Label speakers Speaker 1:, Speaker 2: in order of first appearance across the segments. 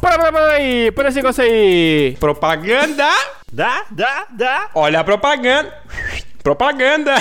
Speaker 1: vai! Põe esse negócio aí!
Speaker 2: Propaganda!
Speaker 3: Dá, dá, dá.
Speaker 2: Olha a propaganda! Propaganda!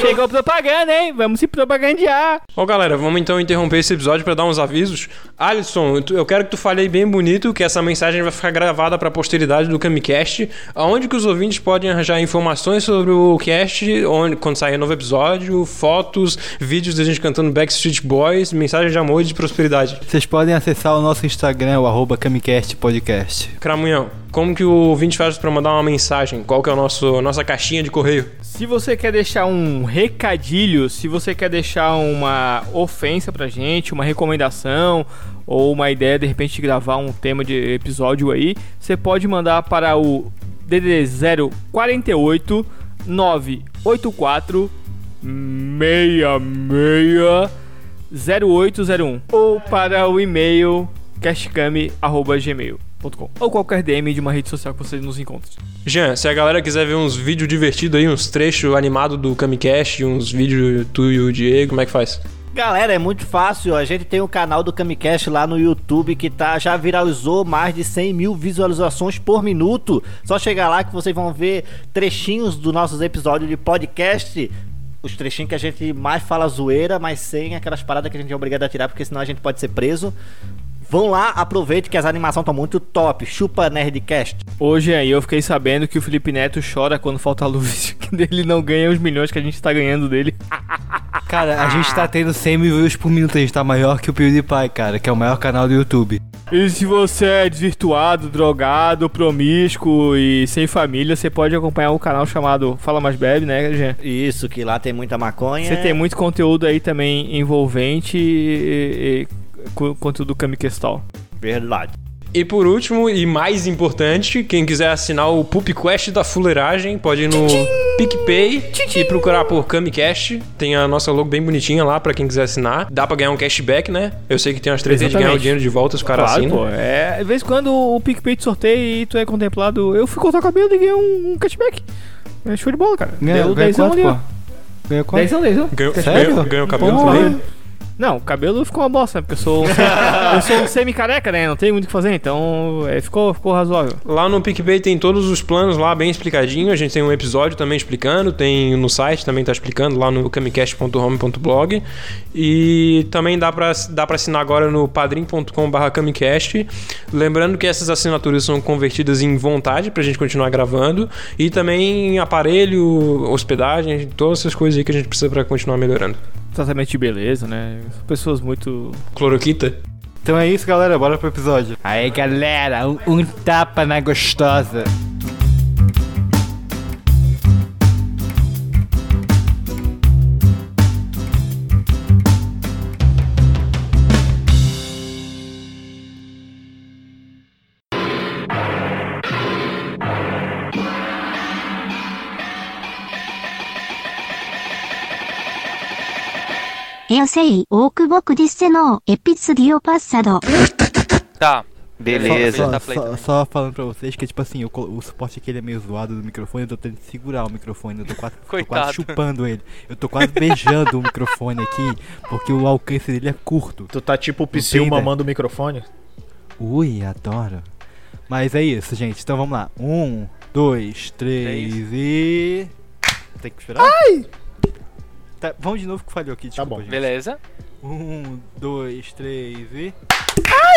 Speaker 1: Chegou propaganda, hein? Vamos se propagandear!
Speaker 2: Ô galera, vamos então interromper esse episódio pra dar uns avisos. Alisson, eu tu- eu quero que tu fale aí bem bonito que essa mensagem vai ficar gravada pra posteridade do Camicast. Aonde que os ouvintes podem arranjar informações sobre o cast, onde, quando sair um novo episódio, fotos, vídeos da gente cantando Backstreet Boys, mensagem de amor e de prosperidade.
Speaker 4: Vocês podem acessar o nosso Instagram, o arroba Camicast Podcast.
Speaker 2: Cramunhão, como que o ouvinte faz pra mandar uma mensagem? Qual que é a nosso, nossa caixinha de correio?
Speaker 1: Se você quer deixar um recadilho, se você quer deixar uma ofensa pra gente, uma recomendação ou uma ideia de repente de gravar um tema de episódio aí, você pode mandar para o DDD 048 984 66 0801 ou para o e-mail cashcam@gmail.com ou qualquer DM de uma rede social que você nos encontre.
Speaker 2: Jean, se a galera quiser ver uns vídeos divertidos aí, uns trechos animados do Camicast, uns vídeos tu e o Diego, como é que faz?
Speaker 3: Galera, é muito fácil. A gente tem o canal do Camicast lá no YouTube que tá, já viralizou mais de 100 mil visualizações por minuto. Só chegar lá que vocês vão ver trechinhos dos nossos episódios de podcast. Os trechinhos que a gente mais fala zoeira, mas sem aquelas paradas que a gente é obrigado a tirar, porque senão a gente pode ser preso. Vão lá, aproveite que as animações estão muito top. Chupa Nerdcast.
Speaker 1: Hoje aí eu fiquei sabendo que o Felipe Neto chora quando falta luz, que ele não ganha os milhões que a gente tá ganhando dele.
Speaker 4: Cara, a gente tá tendo 100 mil views por minuto, a gente tá maior que o PewDiePie, cara, que é o maior canal do YouTube.
Speaker 1: E se você é desvirtuado, drogado, promíscuo e sem família, você pode acompanhar um canal chamado Fala Mais Bebe, né, Jean?
Speaker 3: Isso, que lá tem muita maconha.
Speaker 1: Você tem muito conteúdo aí também envolvente e, e- e co- conteúdo Kamiquestal.
Speaker 3: Verdade.
Speaker 2: E por último, e mais importante, quem quiser assinar o PupQuest da Fuleiragem, pode ir no PicPay e procurar por Camicast. Tem a nossa logo bem bonitinha lá pra quem quiser assinar. Dá pra ganhar um cashback, né? Eu sei que tem umas tretas de ganhar o
Speaker 1: Exatamente.
Speaker 2: dinheiro de volta, os caras
Speaker 1: Claro,
Speaker 2: assinam.
Speaker 1: pô. É, de vez em quando o PicPay te sorteia e tu é contemplado. Eu fui cortar o cabelo e ganhei um, um cashback. É show de bola, cara.
Speaker 4: Ganhou ganha
Speaker 1: dezão
Speaker 4: quanto,
Speaker 1: ali, ó.
Speaker 4: pô? Ganhou quanto?
Speaker 1: Dezão, dezão.
Speaker 2: Ganhou,
Speaker 4: Sério?
Speaker 2: ganhou, ganhou o cabelo
Speaker 4: Porra.
Speaker 2: também?
Speaker 1: Não, o cabelo ficou uma bosta, né? Porque eu sou, um semi- eu sou um semi-careca, né? Não tem muito o que fazer, então é, ficou, ficou razoável.
Speaker 2: Lá no PicPay tem todos os planos lá bem explicadinho. A gente tem um episódio também explicando, tem no site também tá explicando lá no camicast.home.blog. E também dá pra dá para assinar agora no padrim.com/camicast. Lembrando que essas assinaturas são convertidas em vontade pra gente continuar gravando e também em aparelho, hospedagem, todas essas coisas aí que a gente precisa pra continuar melhorando.
Speaker 1: Tratamento de beleza, né? São pessoas muito.
Speaker 2: Cloroquita?
Speaker 4: Então é isso, galera, bora pro episódio. Aí, galera, um, um tapa na gostosa.
Speaker 5: Eu sei, o que você disse no episódio passado.
Speaker 6: Tá.
Speaker 4: Só-
Speaker 6: Beleza,
Speaker 4: só,
Speaker 6: tá play.
Speaker 4: só-
Speaker 6: também.
Speaker 4: só falando pra vocês que, tipo assim, o, col- o suporte aqui ele é meio zoado do microfone, eu tô tentando segurar o microfone, eu tô quase, tô quase
Speaker 6: Coitado.
Speaker 4: chupando ele. Eu tô quase beijando o microfone aqui, porque o alcance dele é curto.
Speaker 7: Tu tá tipo o
Speaker 4: Não
Speaker 7: Psyu
Speaker 4: tem, né?
Speaker 7: mamando o microfone?
Speaker 4: Ui, adoro. Mas é isso, gente. Então vamos lá. Um, dois, três e. Tem que esperar? Ai! Tá, vamos de novo que falhou aqui, desculpa,
Speaker 7: bom.
Speaker 4: gente.
Speaker 6: Beleza.
Speaker 4: Um, dois, três e.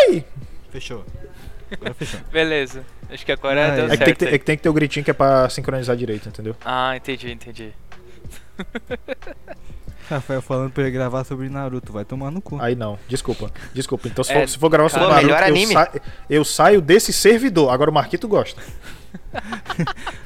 Speaker 4: Ai! Fechou. Agora fechou.
Speaker 6: Beleza. Acho que agora
Speaker 4: Ah,
Speaker 6: deu
Speaker 4: é
Speaker 7: É que, tem que
Speaker 6: certo.
Speaker 7: ter, é que tem que ter o gritinho que é pra sincronizar direito, entendeu?
Speaker 6: Ah, entendi, entendi.
Speaker 4: Rafael falando pra ele gravar sobre Naruto, vai tomar no cu.
Speaker 7: Aí não, desculpa. Desculpa. Então se,
Speaker 6: É,
Speaker 7: for, se for gravar sobre
Speaker 6: cara,
Speaker 7: Naruto,
Speaker 6: melhor
Speaker 7: eu,
Speaker 6: anime.
Speaker 7: sa- eu saio desse servidor. Agora o Marquito gosta.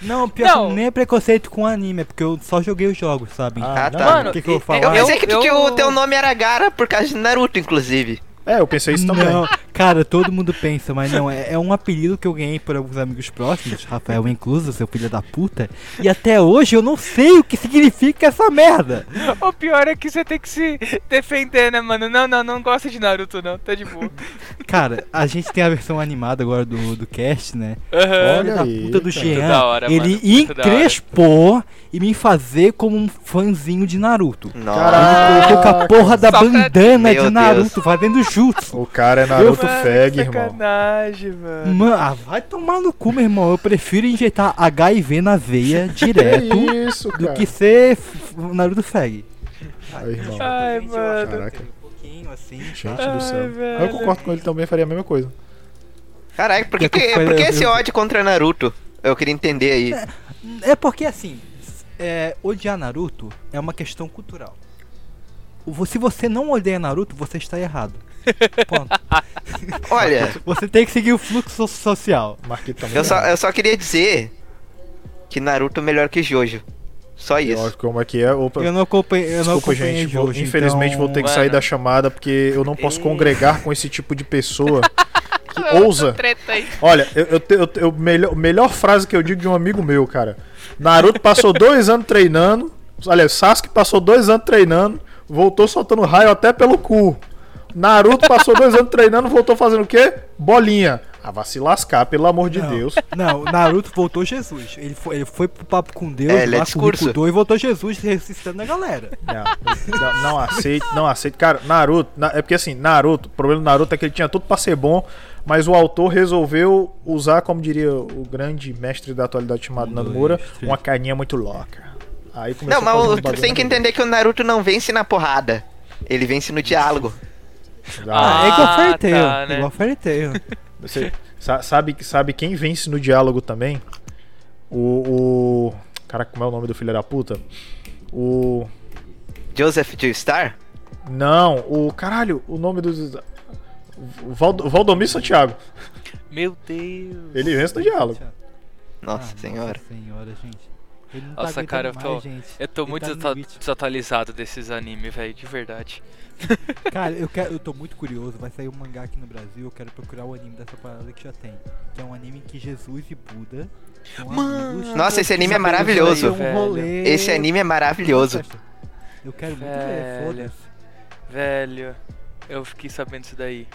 Speaker 4: Não, pior
Speaker 6: Não.
Speaker 4: que nem é preconceito com anime, é porque eu só joguei os jogos, sabe?
Speaker 7: Ah,
Speaker 4: Então,
Speaker 7: tá.
Speaker 6: Mano,
Speaker 4: o que, que eu vou
Speaker 6: eu-
Speaker 4: falar?
Speaker 6: eu-
Speaker 8: Eu pensei é que, tu- que o
Speaker 6: eu-
Speaker 8: teu nome era Gara por causa de Naruto, inclusive.
Speaker 7: É, eu pensei isso também.
Speaker 4: Não, cara, todo mundo pensa, mas não, é, é um apelido que eu ganhei por alguns amigos próximos, Rafael incluso, seu filho da puta, e até hoje eu não sei o que significa essa merda.
Speaker 6: O pior é que você tem que se defender, né, mano? Não, não, não gosta de Naruto, não. Tá de boa.
Speaker 4: Cara, a gente tem a versão animada agora do, do cast, né?
Speaker 6: Aham.
Speaker 4: Filho
Speaker 7: Olha
Speaker 4: da
Speaker 7: aí.
Speaker 4: puta do
Speaker 7: cara.
Speaker 4: Jean,
Speaker 6: da hora, mano,
Speaker 4: ele
Speaker 6: muito da hora.
Speaker 4: encrespou e me fazer como um fãzinho de Naruto.
Speaker 8: Nossa.
Speaker 7: Caraca.
Speaker 4: Ele colocou com a porra da
Speaker 6: Ah, Só pra-
Speaker 4: bandana
Speaker 8: Meu
Speaker 4: de
Speaker 8: Deus.
Speaker 4: Naruto, fazendo jutsu.
Speaker 7: O cara é
Speaker 4: Eu
Speaker 7: Naruto muito fag, irmão.
Speaker 6: Sacanagem, mano.
Speaker 4: Mano, ah, vai tomar no cu, meu irmão. Eu prefiro injetar HIV na veia direto
Speaker 7: Que isso,
Speaker 4: do
Speaker 7: cara.
Speaker 4: que ser f- Naruto Fag.
Speaker 7: Aí, irmão.
Speaker 6: Ai, mano.
Speaker 7: Caraca,
Speaker 4: pouquinho assim.
Speaker 7: gente
Speaker 6: Ai,
Speaker 7: do céu.
Speaker 6: velho.
Speaker 7: Ah, Eu concordo com ele também, faria a mesma coisa.
Speaker 8: Caralho, por que,
Speaker 4: Qualquer
Speaker 8: que-
Speaker 4: coisa
Speaker 8: por que
Speaker 4: eu-
Speaker 8: esse ódio contra Naruto? Eu queria entender aí.
Speaker 4: É porque assim, é, odiar Naruto é uma questão cultural. O- Se você não odeia Naruto, você está errado. Ponto.
Speaker 8: Olha,
Speaker 4: Você tem que seguir o fluxo social.
Speaker 7: O Marquito tá muito
Speaker 8: eu só,
Speaker 7: errado.
Speaker 8: eu só queria dizer que Naruto é melhor que Jojo. Só
Speaker 7: E
Speaker 8: isso.
Speaker 7: olha como é que é. Opa,
Speaker 4: Eu não acompanhei. Eu não
Speaker 7: desculpa,
Speaker 4: acompanhei
Speaker 7: gente.
Speaker 4: o
Speaker 7: vou-
Speaker 4: Jojo,
Speaker 7: infelizmente
Speaker 4: então-
Speaker 7: vou ter que
Speaker 6: Mano.
Speaker 7: sair da chamada porque eu não posso
Speaker 8: Ei.
Speaker 7: congregar com esse tipo de pessoa que
Speaker 6: Ah,
Speaker 7: ousa.
Speaker 6: Treta aí.
Speaker 7: Olha, eu, eu, te- eu, eu- melhor, melhor frase que eu digo de um amigo meu, cara. Naruto passou dois anos treinando. Olha, Sasuke passou dois anos treinando, voltou soltando raio até pelo cu. Naruto passou dois anos treinando, voltou fazendo o quê? Bolinha. Ah, vai se lascar, pelo amor de
Speaker 4: Não.
Speaker 7: Deus.
Speaker 4: Não, Naruto voltou Jesus. Ele foi, ele foi pro papo com Deus,
Speaker 8: É, ele é
Speaker 4: lá com o
Speaker 8: discurso.
Speaker 4: Rikudo, e voltou Jesus ressuscitando a galera.
Speaker 7: Não, não, não aceito, não aceito. Cara, Naruto, na- é porque assim, Naruto, o problema do Naruto é que ele tinha tudo pra ser bom, mas o autor resolveu usar, como diria o grande mestre da atualidade chamado Namura, uma carninha muito louca. Aí começou
Speaker 8: Não,
Speaker 7: a fazer um
Speaker 8: mas
Speaker 7: bagulho
Speaker 8: tu tem que
Speaker 7: doido.
Speaker 8: entender que o Naruto não vence na porrada. Ele vence no diálogo.
Speaker 7: Ah,
Speaker 4: Ah, é igual
Speaker 6: Ah,
Speaker 4: Fairy Tail.
Speaker 6: tá, né?
Speaker 4: Igual Fairy Tail.
Speaker 7: você sa- sabe, sabe quem vence no diálogo também? O, o. Caraca, como é o nome do filho da puta? O.
Speaker 8: Joseph Joestar?
Speaker 7: Não, o. Caralho, o nome do. Valdo- Valdomiro Santiago.
Speaker 6: Meu Deus.
Speaker 7: Ele vence no diálogo.
Speaker 8: Nossa
Speaker 4: Ah.
Speaker 8: senhora.
Speaker 4: Nossa senhora, gente. Ele não tá
Speaker 6: Nossa, cara, eu
Speaker 4: aguentando
Speaker 6: tô,
Speaker 4: mais, gente.
Speaker 6: eu tô
Speaker 4: Ele
Speaker 6: muito
Speaker 4: tá no
Speaker 6: desa-
Speaker 4: limite.
Speaker 6: desatualizado desses animes, velho, de verdade.
Speaker 4: Cara, eu, quero, eu tô muito curioso. Vai sair um mangá aqui no Brasil. Eu quero procurar o anime dessa parada que já tem. Que é um anime que Jesus e Buda. são
Speaker 6: Mano,
Speaker 4: amigos.
Speaker 8: Nossa, esse anime é
Speaker 4: Vai ter
Speaker 8: maravilhoso.
Speaker 4: um rolê.
Speaker 8: Esse anime é maravilhoso.
Speaker 4: Eu quero muito ver,
Speaker 6: Velho.
Speaker 4: foda-se.
Speaker 6: Velho, eu fiquei sabendo isso daí.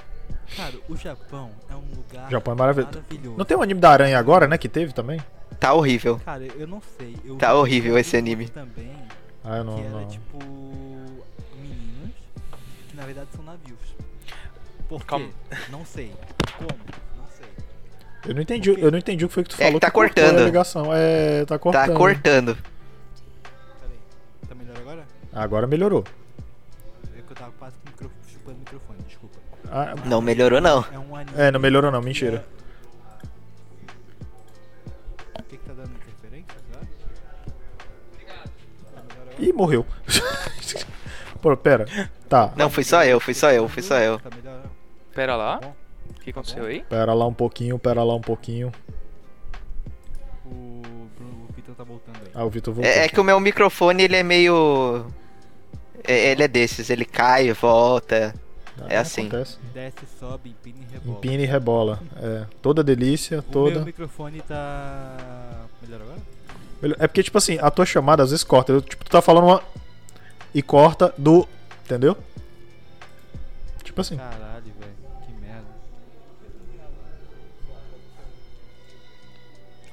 Speaker 4: Cara, o Japão é um lugar
Speaker 7: Japão é maravilhoso.
Speaker 4: maravilhoso.
Speaker 7: Não tem um- o anime da aranha agora, né? Que teve também?
Speaker 8: Tá horrível.
Speaker 4: Cara, eu não sei. Eu
Speaker 8: Tá
Speaker 4: vi
Speaker 8: horrível
Speaker 4: um
Speaker 8: esse anime.
Speaker 4: Também, que
Speaker 7: Ah, eu não.
Speaker 4: era
Speaker 7: não.
Speaker 4: tipo. Meninos. Que na verdade são navios. Por
Speaker 6: Calma.
Speaker 4: quê? Não sei. Como? Não sei.
Speaker 7: Eu não entendi, eu não entendi o que foi que tu
Speaker 8: É
Speaker 7: falou.
Speaker 8: que tá
Speaker 7: cortou
Speaker 8: cortando.
Speaker 7: A ligação. É, tá cortando.
Speaker 8: Tá cortando.
Speaker 4: Peraí. Tá melhor agora?
Speaker 7: Agora melhorou.
Speaker 4: É que eu tava quase com o micro- chupando o microfone, desculpa.
Speaker 7: Ah,
Speaker 8: Não melhorou, não.
Speaker 4: É um anime.
Speaker 7: é, não melhorou não, mentira.
Speaker 4: O que, que tá dando interferência agora?
Speaker 7: Ih, morreu. Pô, pera. Tá,
Speaker 8: Não, fui só eu, fui só eu, fui só eu.
Speaker 4: Tá melhor.
Speaker 6: Pera lá.
Speaker 4: Bom.
Speaker 6: O que aconteceu aí?
Speaker 7: pera lá um pouquinho, pera lá um pouquinho.
Speaker 4: O, Bruno- o Vitor tá voltando aí.
Speaker 7: Ah, o Vitor voltou.
Speaker 8: É, é que o meu microfone, ele é meio... é- Ele é desses, ele cai, volta.
Speaker 7: Ah,
Speaker 8: é assim.
Speaker 7: Acontece.
Speaker 4: Desce, sobe, empina e rebola.
Speaker 7: Empina e rebola. É, toda delícia,
Speaker 4: O meu
Speaker 7: toda.
Speaker 4: microfone tá. Melhor agora?
Speaker 7: É porque, tipo assim, a tua chamada às vezes corta. Eu, tipo, tu tá falando uma. E corta do. Entendeu? Tipo assim.
Speaker 4: Tá. Caralho, velho. Que merda.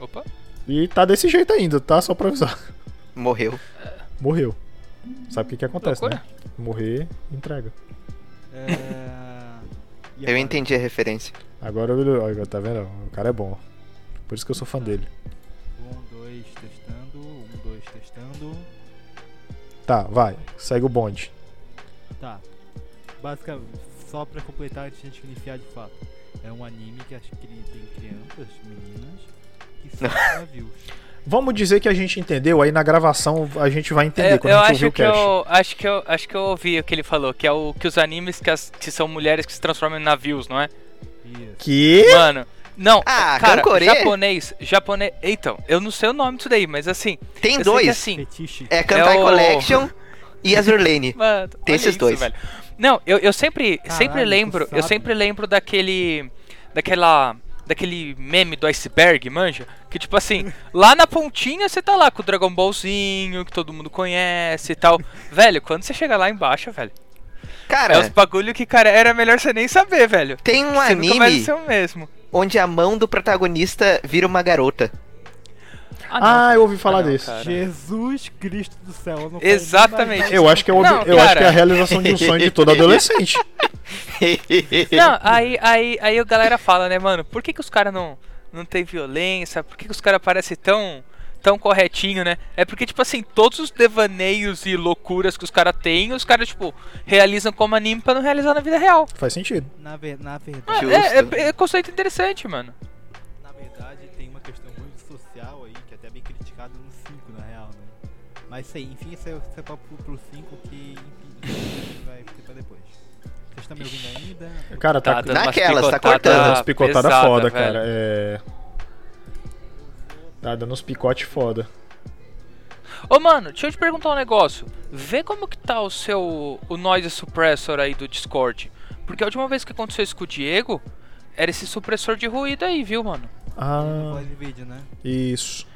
Speaker 6: Opa.
Speaker 7: E tá desse jeito ainda, tá? Só pra avisar.
Speaker 8: Morreu.
Speaker 7: Morreu. Sabe o que, que acontece,
Speaker 6: Loucura.
Speaker 7: né? Morrer, entrega.
Speaker 4: É... e
Speaker 8: Eu
Speaker 4: agora?
Speaker 8: entendi a referência.
Speaker 7: Agora eu. Olha, Tá vendo? O cara é bom. Por isso que eu sou fã dele.
Speaker 4: Um, dois, testando. Um, dois, testando.
Speaker 7: Tá, vai. Segue o bonde.
Speaker 4: Tá. Basicamente, só pra completar antes de a gente iniciar de fato. É um anime que acho que ele tem crianças, meninas, que são navios.
Speaker 7: Vamos dizer que a gente entendeu, aí na gravação a gente vai entender
Speaker 6: É,
Speaker 7: quando
Speaker 6: eu
Speaker 7: a
Speaker 6: acho
Speaker 7: gente ouvir
Speaker 6: que
Speaker 7: o cast.
Speaker 6: eu acho que eu acho que eu ouvi o que ele falou, que é o que os animes que, as- que são mulheres que se transformam em navios, não é?
Speaker 4: Isso.
Speaker 7: Que?
Speaker 6: Mano, não,
Speaker 8: Ah,
Speaker 6: cara,
Speaker 8: Gancore?
Speaker 6: japonês, japonês. Então, eu não sei o nome disso daí, mas assim, eu
Speaker 8: Tem
Speaker 6: sei que
Speaker 8: dois.
Speaker 6: assim,
Speaker 4: Fetiche.
Speaker 8: É Kantai
Speaker 6: É o-
Speaker 8: Collection e Azur Lane.
Speaker 6: Mano,
Speaker 8: Tem
Speaker 6: olha
Speaker 8: esses
Speaker 6: isso,
Speaker 8: dois.
Speaker 6: Velho. Não, eu, eu sempre,
Speaker 4: Caralho,
Speaker 6: sempre
Speaker 4: tu
Speaker 6: lembro, eu
Speaker 4: sabe.
Speaker 6: sempre lembro daquele, daquela, daquele meme do iceberg, manja? Que tipo assim, lá na pontinha você tá lá com o Dragon Ballzinho, que todo mundo conhece e tal. velho, quando você chega lá embaixo, velho, é, os
Speaker 8: Cara,
Speaker 6: bagulho que, cara, era melhor você nem saber, velho.
Speaker 8: tem um
Speaker 6: você nunca vai
Speaker 8: anime
Speaker 6: ser o mesmo.
Speaker 8: onde a mão do protagonista vira uma garota.
Speaker 6: não.
Speaker 7: Ah, eu ouvi falar
Speaker 6: Ah, não,
Speaker 7: desse.
Speaker 6: cara.
Speaker 4: Jesus Cristo do céu. eu não quero
Speaker 6: Exatamente.
Speaker 4: nem
Speaker 7: Eu acho que é, o-
Speaker 6: Não,
Speaker 7: eu acho
Speaker 6: cara.
Speaker 7: que é a realização de um sonho de todo adolescente.
Speaker 6: Não, aí, aí, aí a galera fala, né, mano, por que, que os caras não, não tem violência? Por que, que os caras parecem tão, tão corretinho, né? É porque, tipo assim, todos os devaneios e loucuras que os caras têm, os caras, tipo, realizam como anime pra não realizar na vida real.
Speaker 7: Faz sentido.
Speaker 4: Na, ver- na verdade.
Speaker 6: Ah, É,
Speaker 9: Justo.
Speaker 6: é, é conceito interessante, mano.
Speaker 4: Na verdade, tem uma questão muito social aí, que é até bem criticada no 5, na real, né? Mas sei, enfim, isso é, isso é papo pro 5 que, enfim, vai ter pra depois. Vocês estão me ouvindo ainda?
Speaker 7: Cara, tá.
Speaker 6: dando umas
Speaker 9: Naquelas, tá
Speaker 6: picotadas
Speaker 9: cortando.
Speaker 7: As picotadas
Speaker 6: pesada,
Speaker 7: foda,
Speaker 6: velho.
Speaker 7: cara. É. Tá dando uns picotes foda.
Speaker 6: Ô, mano, deixa eu te perguntar um negócio. Vê como que tá o seu o noise suppressor aí do Discord. Porque a última vez que aconteceu isso com o Diego, era esse supressor de ruído aí, viu, mano?
Speaker 4: Não
Speaker 7: Ah,
Speaker 4: pode vídeo, né?
Speaker 7: isso.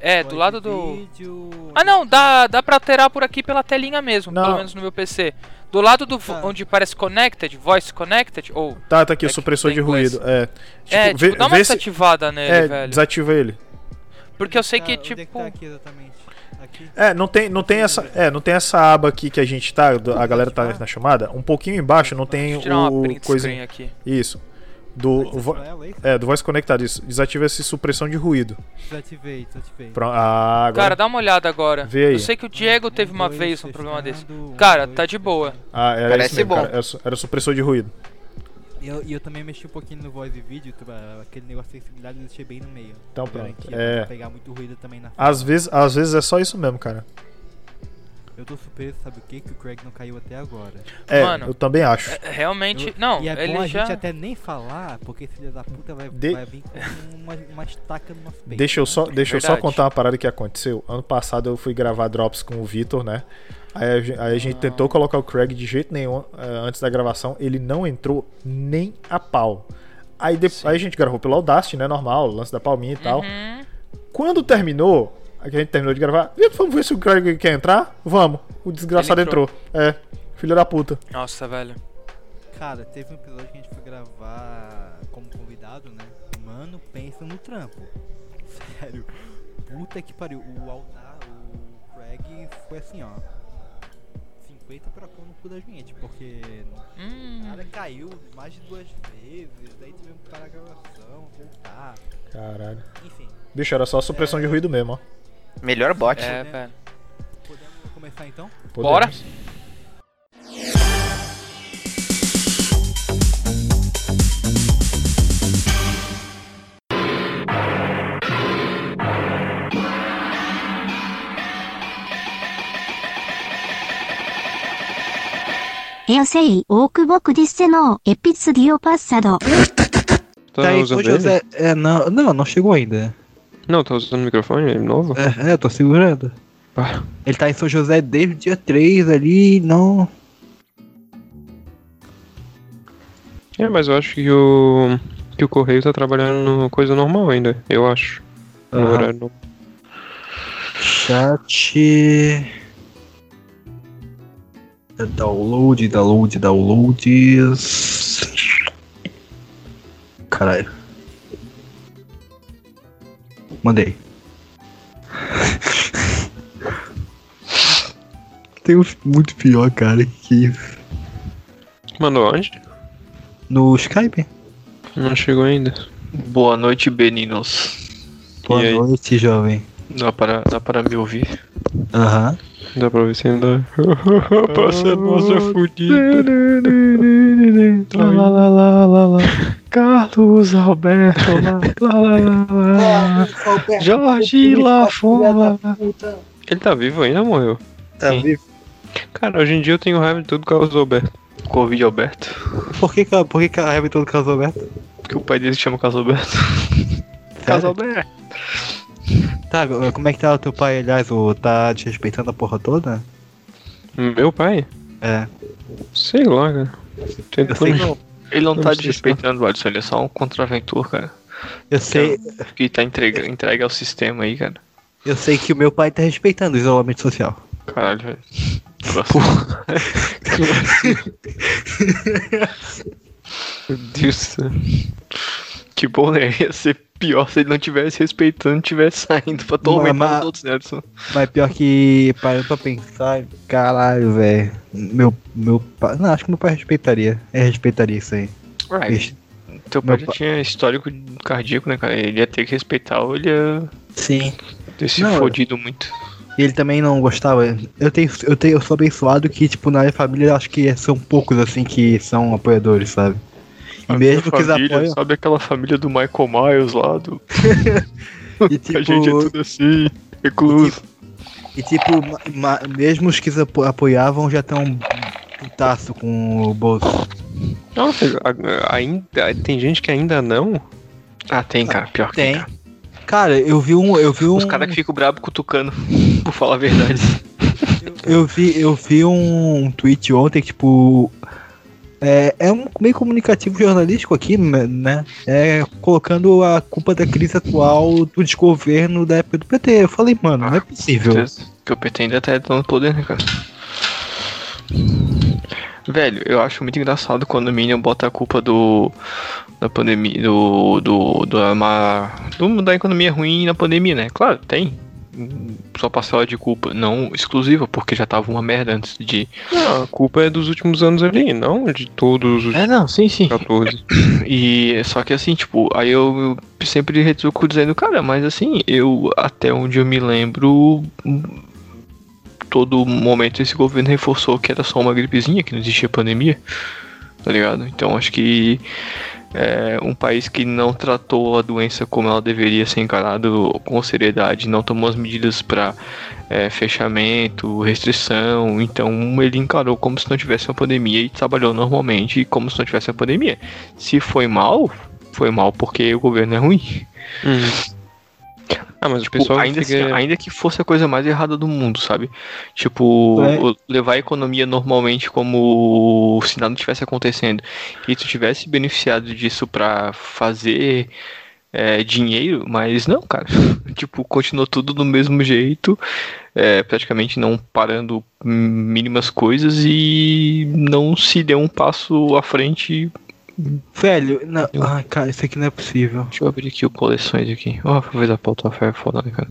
Speaker 6: É,
Speaker 4: Voz
Speaker 6: do
Speaker 4: de
Speaker 6: lado do...
Speaker 4: Vídeo...
Speaker 6: Ah, não, dá, dá pra alterar por aqui pela telinha mesmo,
Speaker 7: Não.
Speaker 6: pelo menos no meu PC. Do lado do vo-
Speaker 4: Tá.
Speaker 6: onde parece connected, voice connected, ou...
Speaker 7: Tá, tá aqui,
Speaker 6: É
Speaker 7: o
Speaker 6: que
Speaker 7: supressor
Speaker 6: tem
Speaker 7: de
Speaker 6: inglês.
Speaker 7: ruído. É. Tipo,
Speaker 6: é,
Speaker 7: vê,
Speaker 6: tipo, dá uma
Speaker 7: vê se.
Speaker 6: desativada nele,
Speaker 7: é,
Speaker 6: velho.
Speaker 7: desativa ele.
Speaker 6: Porque eu sei que,
Speaker 4: Onde é que
Speaker 6: tipo...
Speaker 4: tá aqui exatamente? Aqui?
Speaker 7: É, não tem, não tem essa, é, não tem essa aba aqui que a gente tá, do- a galera tá na chamada. Um pouquinho embaixo não tem
Speaker 6: Deixa eu tirar uma
Speaker 7: o
Speaker 6: print
Speaker 7: coisa
Speaker 6: screen aqui.
Speaker 7: isso do
Speaker 4: Pode ser
Speaker 7: vo-
Speaker 4: pra ela, é isso?
Speaker 7: é do voice conectado isso. Desativa essa supressão de ruído.
Speaker 4: Desativei, desativei.
Speaker 7: Pro- ah, agora.
Speaker 6: Cara, dá uma olhada agora.
Speaker 7: Vê aí.
Speaker 6: Eu sei que o Diego teve uma vez um problema desse.
Speaker 4: testando, um,
Speaker 6: Cara,
Speaker 4: dois,
Speaker 6: tá de boa.
Speaker 7: ah, era
Speaker 9: parece
Speaker 7: isso mesmo,
Speaker 9: bom.
Speaker 7: cara. Era, su- era supressor de ruído.
Speaker 4: E eu, e eu também mexi um pouquinho no voz e vídeo, tu- ah, aquele negócio de acessibilidade eu deixei bem no meio.
Speaker 7: Então
Speaker 4: Pra
Speaker 7: pronto,
Speaker 4: que
Speaker 7: é.
Speaker 4: não pegar muito ruído também na
Speaker 7: Às vezes, às vezes é só isso mesmo, cara.
Speaker 4: Eu tô surpreso, sabe o que? Que o Craig não caiu até agora.
Speaker 7: É,
Speaker 6: Mano.
Speaker 7: eu também acho.
Speaker 6: É, Realmente,
Speaker 4: Eu-
Speaker 6: não,
Speaker 4: e é bom
Speaker 6: ele
Speaker 4: a
Speaker 6: já.
Speaker 4: gente até nem falar, porque esse filho da puta vai,
Speaker 7: De-
Speaker 4: vai vir com uma, uma estaca no nosso peito.
Speaker 7: Deixa eu
Speaker 4: né?
Speaker 7: só, deixa eu só
Speaker 6: É Verdade.
Speaker 7: contar uma parada que aconteceu. Ano passado eu fui gravar drops com o Vitor, né? Aí a, gen- aí a gente tentou colocar o Craig de jeito nenhum eh, antes da gravação. Ele não entrou nem a pau. Aí, de- aí a gente gravou pelo Audacity, né? Normal, lance da palminha e tal.
Speaker 6: Hum,
Speaker 7: Quando terminou, a gente terminou de gravar. Vitor, vamos ver se o Craig quer entrar? Vamos. O desgraçado
Speaker 6: Ele entrou.
Speaker 7: entrou. É, filho da puta.
Speaker 6: nossa, velho.
Speaker 4: Cara, teve um episódio que a gente foi gravar como convidado, né? Mano, pensa no trampo. Sério. Puta que pariu. O altar, o Craig foi assim, ó. 50 pra pôr no cu da gente, porque o
Speaker 6: Hum,
Speaker 4: cara caiu mais de duas vezes, daí tivemos que parar a gravação, voltar,
Speaker 7: Caralho.
Speaker 4: enfim.
Speaker 7: Bicho, era só supressão de ruído mesmo, ó.
Speaker 9: Melhor bot.
Speaker 6: é, velho.
Speaker 4: Podemos começar então?
Speaker 7: Podemos.
Speaker 6: Bora?
Speaker 5: Eosei, Oakbock Disseno, Epits Diopassado.
Speaker 2: Tá, usando ele?
Speaker 4: é, não, não, não chegou ainda.
Speaker 2: Não, tá usando o microfone novo?
Speaker 4: É, é, tô segurando.
Speaker 2: Ah,
Speaker 4: Ele tá em São José desde o dia 3 ali, não.
Speaker 2: É, mas eu acho que o. que o Correio tá trabalhando no coisa normal ainda, eu acho. No
Speaker 4: Aham.
Speaker 2: horário normal.
Speaker 4: Chat. É Download, download, downloads. Caralho. Mandei. Tem um muito pior, cara, que isso.
Speaker 2: Mandou onde?
Speaker 4: No Skype?
Speaker 2: Não chegou ainda.
Speaker 8: Boa noite, meninos.
Speaker 2: E
Speaker 4: Boa
Speaker 2: aí?
Speaker 4: noite, jovem.
Speaker 8: Dá para, dá para me ouvir?
Speaker 4: Aham.
Speaker 2: Dá pra ver se ainda. Passa nossa fudida.
Speaker 8: Carlos Alberto lá, lá, lá, lá. Jorge lá fora.
Speaker 2: Ele tá vivo ainda ou morreu?
Speaker 8: Tá vivo?
Speaker 2: Cara, hoje em dia eu tenho raiva de tudo que causou Alberto.
Speaker 8: Covid Alberto.
Speaker 4: Por que, que, a- por que, que a Hebe todo casou aberto?
Speaker 8: Porque o pai dele se chama Carlos Alberto. Carlos Alberto.
Speaker 4: Tá, como é que tá o teu pai, aliás? O, tá te respeitando a porra toda?
Speaker 2: Meu pai?
Speaker 4: É.
Speaker 2: Sei lá, cara. Tem
Speaker 4: Eu sei,
Speaker 2: tudo.
Speaker 4: não.
Speaker 8: Ele não
Speaker 2: Não
Speaker 8: tá
Speaker 2: precisa.
Speaker 8: desrespeitando, Alisson. Ele é só um contraventor, cara.
Speaker 4: Eu sei,
Speaker 8: Que tá entregue, entregue ao sistema aí, cara.
Speaker 4: eu sei que o meu pai tá respeitando o isolamento social.
Speaker 8: Caralho, velho. Meu Deus do céu. Que bom, né? Ia ser pior se ele não tivesse respeitando, tivesse saindo pra tormentar
Speaker 4: Mas-
Speaker 8: os outros, né, Edson.
Speaker 4: Mas pior que parando pra pensar, caralho, velho. Meu, meu pai. Não, acho que meu pai respeitaria. Ele respeitaria isso aí.
Speaker 8: Right.
Speaker 4: Bicho,
Speaker 8: Teu pai
Speaker 4: Meu
Speaker 8: já
Speaker 4: pa-
Speaker 8: tinha histórico cardíaco, né, cara? Ele ia ter que respeitar ou ele ia
Speaker 4: Sim.
Speaker 8: ter se
Speaker 4: Não,
Speaker 8: fodido muito.
Speaker 4: E ele também não gostava. Eu tenho, eu tenho, eu sou abençoado que, tipo, na minha família eu acho que são poucos assim que são apoiadores, sabe? E
Speaker 8: A
Speaker 4: mesmo que
Speaker 8: minha
Speaker 4: os
Speaker 8: família,
Speaker 4: apoiam,
Speaker 8: Sabe aquela família do Michael Myers lá? Do...
Speaker 4: e
Speaker 8: A gente é
Speaker 4: tipo,
Speaker 8: tudo assim, recluso.
Speaker 4: e, tipo ma- ma- mesmo os que apo- apoiavam já estão putaço com o bolso.
Speaker 2: Não, filho, a- ainda, tem gente que ainda não.
Speaker 8: Ah, tem, cara. Pior que
Speaker 4: Tem. Cara, eu vi um. Eu vi um.
Speaker 8: Os caras que ficam brabo cutucando, por falar a verdade.
Speaker 4: Eu vi, eu vi um tweet ontem, que, tipo. É, é um meio comunicativo jornalístico aqui, né, né? É colocando a culpa da crise atual do desgoverno da época do PT. Eu falei, mano, não é possível.
Speaker 8: Que o PT ainda tá dando poder, né, cara? Velho, eu acho muito engraçado quando o Minion bota a culpa do. da pandemia. do. do. do, uma, do da economia ruim na pandemia, né? Claro, tem. hum, Sua parcela de culpa, não exclusiva, porque já tava uma merda antes de.
Speaker 2: Não, a culpa é dos últimos anos ali, não de todos os
Speaker 8: É, não, sim, sim.
Speaker 2: 14.
Speaker 8: E só que assim, tipo, aí eu, eu sempre retruco dizendo, cara, mas assim, eu até onde eu me lembro, hum, todo momento esse governo reforçou que era só uma gripezinha, que não existia pandemia, tá ligado? Então acho que é, um país que não tratou a doença como ela deveria ser encarada com seriedade, não tomou as medidas pra é, fechamento, restrição, então ele encarou como se não tivesse uma pandemia e trabalhou normalmente como se não tivesse uma pandemia. Se foi mal, foi mal porque o governo é ruim.
Speaker 2: Ah, mas
Speaker 8: Tipo,
Speaker 2: o pessoal
Speaker 8: ainda,
Speaker 2: fica...
Speaker 8: assim, ainda que fosse a coisa mais errada do mundo, sabe? Tipo,
Speaker 4: É.
Speaker 8: o- levar a economia normalmente como se nada tivesse acontecendo e tu tivesse beneficiado disso pra fazer é, dinheiro, mas não, cara. tipo, continuou tudo do mesmo jeito, é, praticamente não parando mínimas coisas e não se deu um passo à frente.
Speaker 4: Velho, não. Ai, cara, isso aqui não é possível.
Speaker 8: Deixa eu abrir aqui o coleções aqui. Ó, aproveitar a pauta foi foda, né, cara?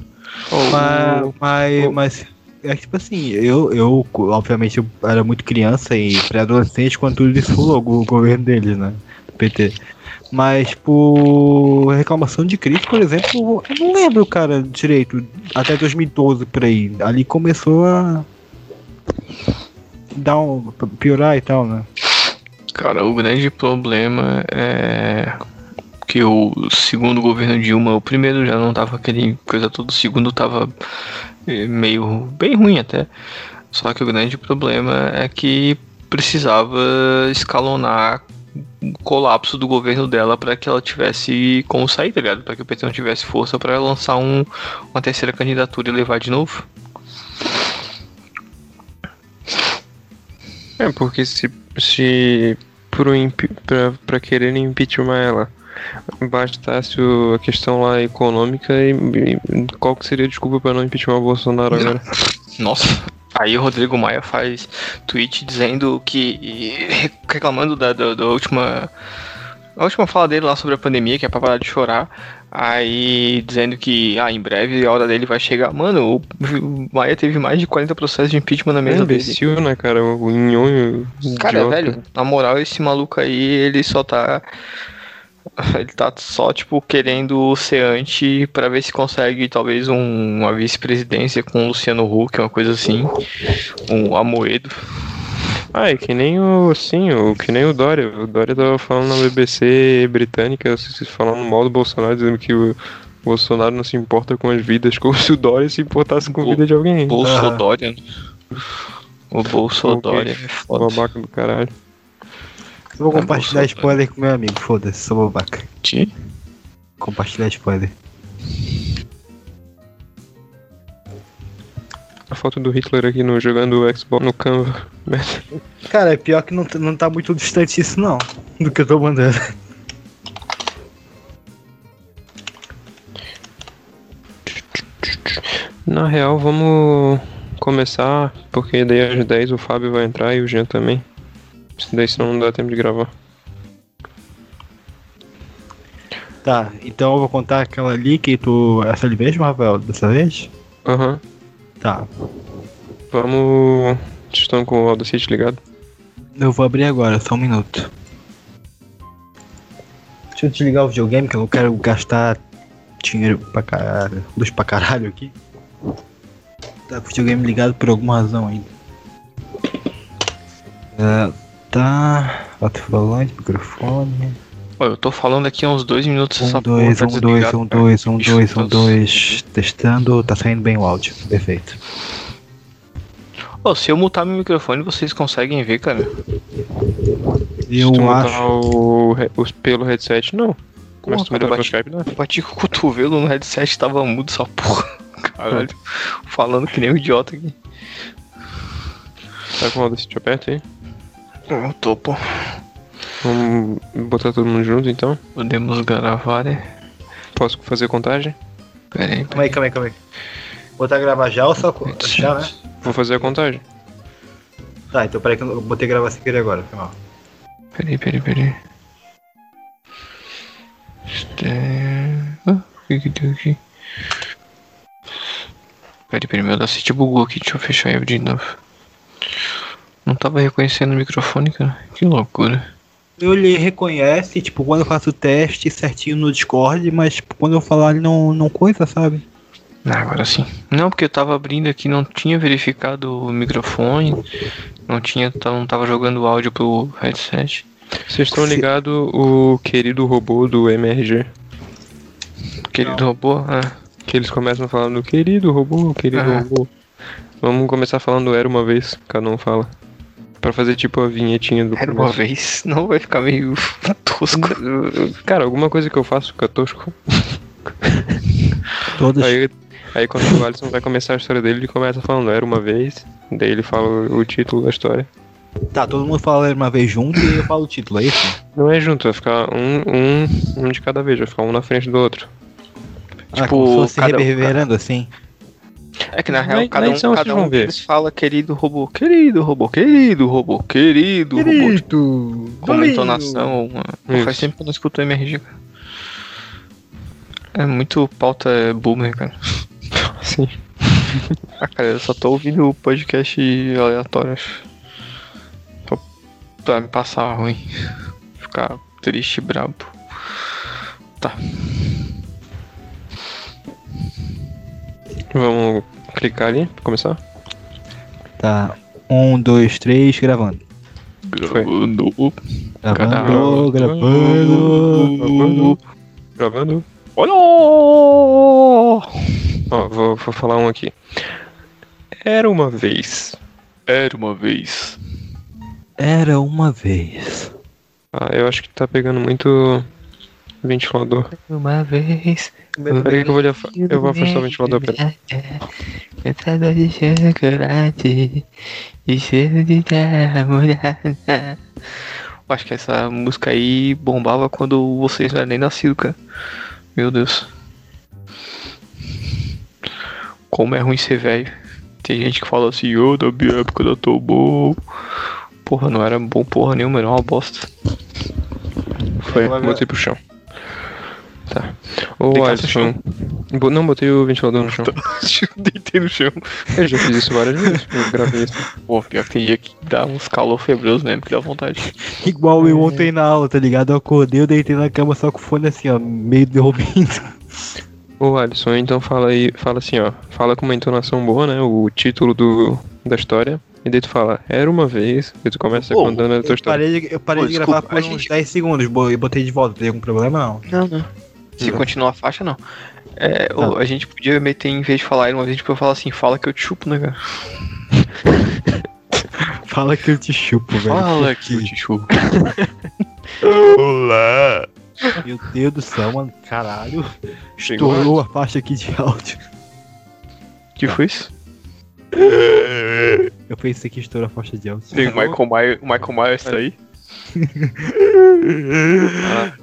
Speaker 4: Mas, mas, mas é que, tipo assim, eu, eu obviamente eu era muito criança e pré-adolescente quando tudo isso rolou, o governo deles, né? Do PT. Mas por reclamação de crítica, por exemplo, eu não lembro, cara, direito, até 2012 por aí. Ali começou a dar um, piorar e tal, né?
Speaker 8: Cara, o grande problema é que o segundo governo Dilma, o primeiro já não tava aquele coisa toda, o segundo tava eh, meio bem ruim até. Só que o grande problema é que precisava escalonar o colapso do governo dela para que ela tivesse como sair, tá ligado? Para que o PT não tivesse força para lançar um- uma terceira candidatura e levar de novo.
Speaker 2: É, porque se, se pro impe- pra, pra querer impeachment ela bastasse o- a questão lá econômica e, e qual que seria a desculpa pra não impeachment o Bolsonaro agora?
Speaker 8: Nossa. Aí o Rodrigo Maia faz tweet dizendo que. e reclamando da, da, da última. A última fala dele lá sobre a pandemia, que é pra parar de chorar. Aí dizendo que ah, em breve a hora dele vai chegar. Mano, o Maia teve mais de 40 processos de impeachment na
Speaker 2: É
Speaker 8: mesa dele.
Speaker 2: imbecil, né, cara? O nhonho. o
Speaker 8: Cara,
Speaker 2: idiota.
Speaker 8: velho, na moral, esse maluco aí, ele só tá. Ele tá só, tipo, querendo ser anti pra ver se consegue, talvez, um- uma vice-presidência com o Luciano Huck, uma coisa assim. Um Amoedo.
Speaker 2: Ah, é que nem o. Sim, o que nem o Dória. O Dória tava falando na BBC britânica, se- falando mal do Bolsonaro, dizendo que o Bolsonaro não se importa com as vidas, como se o Dória se importasse com a
Speaker 8: Bo-
Speaker 2: vida de alguém.
Speaker 8: Bolsodória. né? O Bolsodória
Speaker 2: Ok.
Speaker 8: é foda.
Speaker 2: Babaca do caralho.
Speaker 4: Eu vou
Speaker 8: Tá bom,
Speaker 4: compartilhar
Speaker 8: sou-
Speaker 4: spoiler com meu amigo, foda-se, sou babaca.
Speaker 8: Que?
Speaker 4: Compartilhar spoiler.
Speaker 2: A foto do Hitler aqui no, jogando o Xbox no Canva.
Speaker 4: Cara, é pior que não, t- não tá muito distante isso não, do que eu tô mandando.
Speaker 2: Na real, vamos começar, porque daí às 10 o Fábio vai entrar e o Jean também. Se daí senão não dá tempo de gravar.
Speaker 4: Tá, então eu vou contar aquela ali que tu. Essa ali mesmo, Rafael, dessa vez?
Speaker 2: Aham.
Speaker 4: Tá.
Speaker 2: Vamos. Vocês estão com o Audacity ligado?
Speaker 4: Eu vou abrir agora, só um minuto. Deixa eu desligar o videogame que eu não quero gastar dinheiro pra caralho. Luz pra caralho aqui. Tá com o videogame ligado por alguma razão ainda. É, tá. Alto-falante, microfone.
Speaker 8: Ó, eu tô falando aqui há uns dois minutos
Speaker 4: Um,
Speaker 8: essa
Speaker 4: dois,
Speaker 8: tá
Speaker 4: um, dois,
Speaker 8: desligada,
Speaker 4: um,
Speaker 8: cara.
Speaker 4: dois, um,
Speaker 8: Ixi,
Speaker 4: dois, um,
Speaker 8: todos-
Speaker 4: dois. Testando, tá saindo bem o áudio. Perfeito.
Speaker 8: Ó, se eu mutar meu microfone, vocês conseguem ver, cara.
Speaker 4: Eu
Speaker 2: tu
Speaker 4: acho.
Speaker 2: botar O, re- os pelo headset, não.
Speaker 8: Porra,
Speaker 2: Mas tu melhorou
Speaker 8: cara,
Speaker 2: o
Speaker 8: bati,
Speaker 2: Skype, né?
Speaker 8: bati com o cotovelo no headset, tava mudo essa porra. Caralho. Falando que nem um idiota aqui.
Speaker 2: Tá com o Audacity aperto aí?
Speaker 8: Eu tô, pô.
Speaker 2: Vamos botar todo mundo junto então?
Speaker 8: Podemos gravar, né?
Speaker 2: Posso fazer contagem?
Speaker 8: Pera aí.
Speaker 4: Calma aí, calma aí, calma aí. Botar gravar já ou só. co- Já, né?
Speaker 2: Vou fazer a contagem.
Speaker 4: Tá, então peraí que eu botei gravar sem querer agora, foi mal.
Speaker 8: Peraí, peraí, peraí. Este... Ah, o que que deu aqui? Peraí, peraí, meu Audacity bugou aqui, deixa eu fechar ele de novo. Não tava reconhecendo o microfone, cara? Que loucura.
Speaker 4: Ele reconhece, tipo, quando eu faço o teste certinho no Discord, mas tipo, quando eu falar ele não, não coisa, sabe?
Speaker 8: Ah, agora sim. Não, porque eu tava abrindo aqui, não tinha verificado o microfone, não tinha, tá- não tava jogando o áudio pro headset.
Speaker 2: Vocês estão
Speaker 4: Se-
Speaker 2: ligados o querido robô do MRG?
Speaker 8: Querido robô, ah,
Speaker 2: Que eles começam falando, querido robô, querido
Speaker 8: Ah.
Speaker 2: robô. Vamos começar falando era uma vez, cada um fala. Pra fazer tipo a vinhetinha do
Speaker 8: era uma
Speaker 2: começo.
Speaker 8: vez, não vai ficar meio tosco.
Speaker 2: Cara, alguma coisa que eu faço fica tosco.
Speaker 4: Todas.
Speaker 2: Aí, aí quando o Alisson vai começar a história dele, ele começa falando era uma vez. Daí ele fala o título da história.
Speaker 4: Tá, todo mundo fala uma vez junto e eu falo o título, é isso?
Speaker 2: Não é junto, vai ficar um, um, um de cada vez, vai ficar um na frente do outro.
Speaker 4: ah,
Speaker 8: Tipo,
Speaker 4: como se fosse
Speaker 8: cada-
Speaker 4: reverberando assim.
Speaker 8: É que na
Speaker 2: Na-
Speaker 8: real,
Speaker 2: na
Speaker 8: cada um,
Speaker 2: edição vocês
Speaker 8: cada
Speaker 2: vão
Speaker 8: um
Speaker 2: ver.
Speaker 8: deles fala querido robô, querido robô, querido robô, querido, robô. Tipo, com uma entonação. Uma... Pô,
Speaker 2: Isso.
Speaker 8: Faz tempo que eu não escuto MRG, cara. É muito pauta boomer, cara.
Speaker 2: Sim.
Speaker 8: Ah, cara, eu só tô ouvindo o podcast aleatório, acho. Só pra me passar ruim. Ficar triste e brabo. Tá.
Speaker 2: Vamos clicar ali pra começar?
Speaker 4: Tá. Um, dois, três, gravando.
Speaker 8: Gravando.
Speaker 4: Gravando,
Speaker 2: Gravando.
Speaker 8: um.
Speaker 4: gravando.
Speaker 2: Gravando.
Speaker 8: Olha!
Speaker 2: Ó, vou, vou falar um aqui. Era uma vez.
Speaker 8: Era uma vez.
Speaker 4: Era uma vez.
Speaker 2: Ah, eu acho que tá pegando muito ventilador.
Speaker 10: Uma vez.
Speaker 2: Peraí que eu vou, lhe afa- eu vou afastar o
Speaker 8: É,
Speaker 2: ventilador. Peraí.
Speaker 10: Cantada de chocolate e cheiro de namorada.
Speaker 8: Eu acho que essa música aí bombava quando vocês não eram nem nascidos, cara. Meu Deus. Como é ruim ser velho. Tem gente que fala assim, ô, da minha época eu tô bom. Porra, não era bom porra nenhuma, era uma bosta.
Speaker 2: Foi,
Speaker 4: Agora-
Speaker 2: botei pro chão. Tá. Ô,
Speaker 8: Deitasse no
Speaker 2: Alisson. Bo- Não, botei o ventilador no chão.
Speaker 8: Deitei no chão.
Speaker 2: Eu já fiz isso várias vezes. Eu gravei isso.
Speaker 8: Pô, pior que tem dia que dá um- uns calor febroso mesmo, que dá vontade.
Speaker 4: Igual eu ontem na aula, tá ligado? Eu acordei, eu deitei na cama só com o fone assim, ó, meio derrubindo.
Speaker 2: Ô, Alisson, então fala aí. Fala assim, ó. Fala com uma entonação boa, né? O título do, da história. E daí tu fala, era uma vez. E tu começa
Speaker 4: Pô,
Speaker 2: contando a tua
Speaker 4: Eu
Speaker 2: história.
Speaker 4: parei de, eu parei
Speaker 8: Pô,
Speaker 4: de gravar
Speaker 8: desculpa,
Speaker 4: por
Speaker 8: a
Speaker 4: uns
Speaker 8: gente-
Speaker 4: 10 segundos bo- e botei de volta, tem algum problema não?
Speaker 8: Não, não. Se
Speaker 2: Hum.
Speaker 8: continuar a faixa, não. É, ô, a gente podia meter, em vez de falar ele uma vez, a gente podia falar assim, fala que eu te chupo, né, cara?
Speaker 4: Fala que eu te chupo, velho.
Speaker 8: Fala que eu te chupo.
Speaker 4: Meu Deus do céu, mano. Caralho.
Speaker 2: Chegou
Speaker 4: Estourou a faixa aqui de áudio.
Speaker 8: que foi isso?
Speaker 4: Eu pensei que estourou a faixa de áudio.
Speaker 8: Tem o Michael Myers, o Michael Myers tá aí. Ah,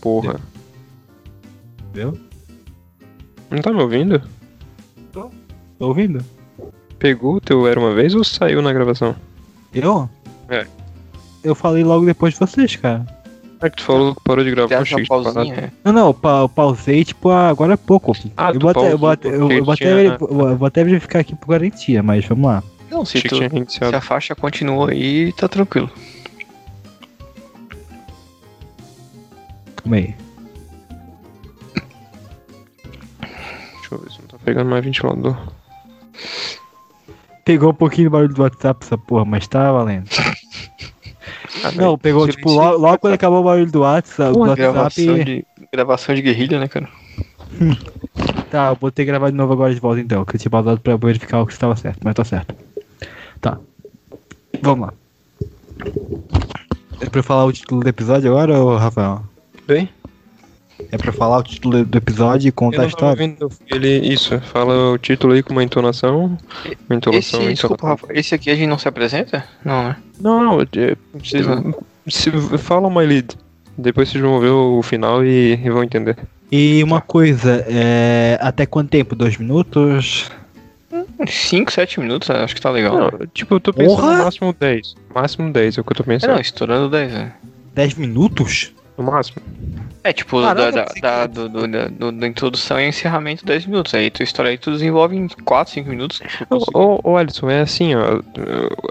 Speaker 2: Porra.
Speaker 4: Viu?
Speaker 2: Não tá me ouvindo?
Speaker 4: Tá ouvindo?
Speaker 2: Pegou o teu Era Uma Vez ou saiu na gravação?
Speaker 4: Eu?
Speaker 2: É.
Speaker 4: Eu falei logo depois de vocês, cara.
Speaker 8: É que tu falou
Speaker 2: tá.
Speaker 8: que parou de gravar,
Speaker 4: Deu
Speaker 8: eu cheguei de
Speaker 4: uma
Speaker 8: parar.
Speaker 4: pausinha?
Speaker 8: né?
Speaker 4: Não, não, eu pa- eu pausei, tipo, agora há pouco.
Speaker 8: Ah,
Speaker 4: eu
Speaker 8: tu
Speaker 4: vou até, eu vou
Speaker 8: pausou
Speaker 4: até- eu-
Speaker 8: porque
Speaker 4: eu vou até
Speaker 8: tinha-
Speaker 4: ver- eu vou até verificar aqui por garantia, mas vamos lá.
Speaker 8: Não, se,
Speaker 4: Achei que
Speaker 8: tu,
Speaker 4: tinha
Speaker 8: se a faixa continua aí, tá tranquilo.
Speaker 4: Calma aí.
Speaker 8: Deixa eu ver se não tá pegando mais ventilador.
Speaker 4: Pegou um pouquinho do barulho do WhatsApp essa porra, mas tá valendo.
Speaker 8: Ah,
Speaker 4: não, pegou, tipo, lo- logo, quando acabou o barulho do WhatsApp, do
Speaker 8: gravação,
Speaker 4: WhatsApp.
Speaker 8: de, gravação de guerrilha, né, cara?
Speaker 4: Tá, eu vou ter que gravar de novo agora de volta então, que eu tinha pausado pra verificar o que estava certo, mas tá certo. Tá. Vamos lá. É pra eu falar o título do episódio agora, ô Rafael?
Speaker 8: Bem?
Speaker 4: É pra eu falar o título do episódio e contar a
Speaker 8: Eu não tava
Speaker 4: história?
Speaker 8: vendo ele, isso, fala o título aí com uma entonação. Uma entonação,
Speaker 4: esse-
Speaker 8: uma
Speaker 4: desculpa,
Speaker 8: entonação. esse aqui a gente não se apresenta? Não, né?
Speaker 2: Não, não, é
Speaker 8: fala uma lead. Depois vocês vão ver o final e, e vão entender.
Speaker 4: E uma coisa, é... até quanto tempo? Dois minutos?
Speaker 8: 5, 7 minutos, acho que tá legal.
Speaker 2: Não, tipo, eu tô pensando
Speaker 4: Porra!
Speaker 2: no máximo 10. Máximo 10 é o que eu tô
Speaker 8: É,
Speaker 2: pensando.
Speaker 8: não, estourando 10, né?
Speaker 4: 10 minutos?
Speaker 2: No máximo.
Speaker 8: É, tipo,
Speaker 4: Caraca,
Speaker 8: da, da,
Speaker 4: pensei
Speaker 8: da, do, do- da, do- da introdução e encerramento 10 minutos. Aí tu estoura aí, tu desenvolve em 4, 5 minutos.
Speaker 2: Ô, ô, Alisson, é assim, ó.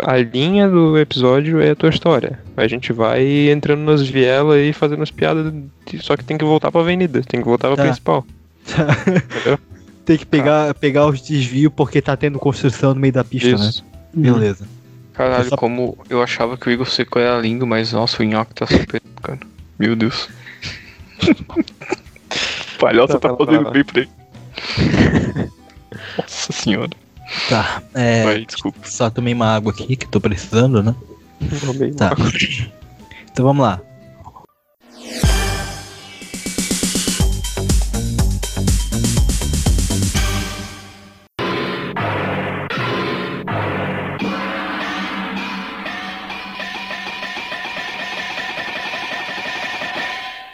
Speaker 2: A linha do episódio é a tua história. A gente vai entrando nas vielas e fazendo as piadas. de- Só que tem que voltar pra avenida, tem que voltar pra
Speaker 4: Tá.
Speaker 2: principal. Entendeu?
Speaker 4: Tem que pegar, pegar os desvios porque tá tendo construção no meio da pista,
Speaker 8: Isso.
Speaker 4: né? Beleza.
Speaker 8: Caralho,
Speaker 4: Eu só-
Speaker 8: como eu achava que o Igor Seco era lindo, mas nossa, o Nhoque tá super. cara. Meu Deus. Palhoça tá,
Speaker 4: Tá, tá, tá,
Speaker 8: fazendo
Speaker 4: tá.
Speaker 8: bem pra ele. nossa senhora.
Speaker 4: Tá, é.
Speaker 8: Vai, desculpa.
Speaker 4: Só tomei uma água aqui que tô precisando, né?
Speaker 2: Tomei
Speaker 4: tá. Então vamos lá.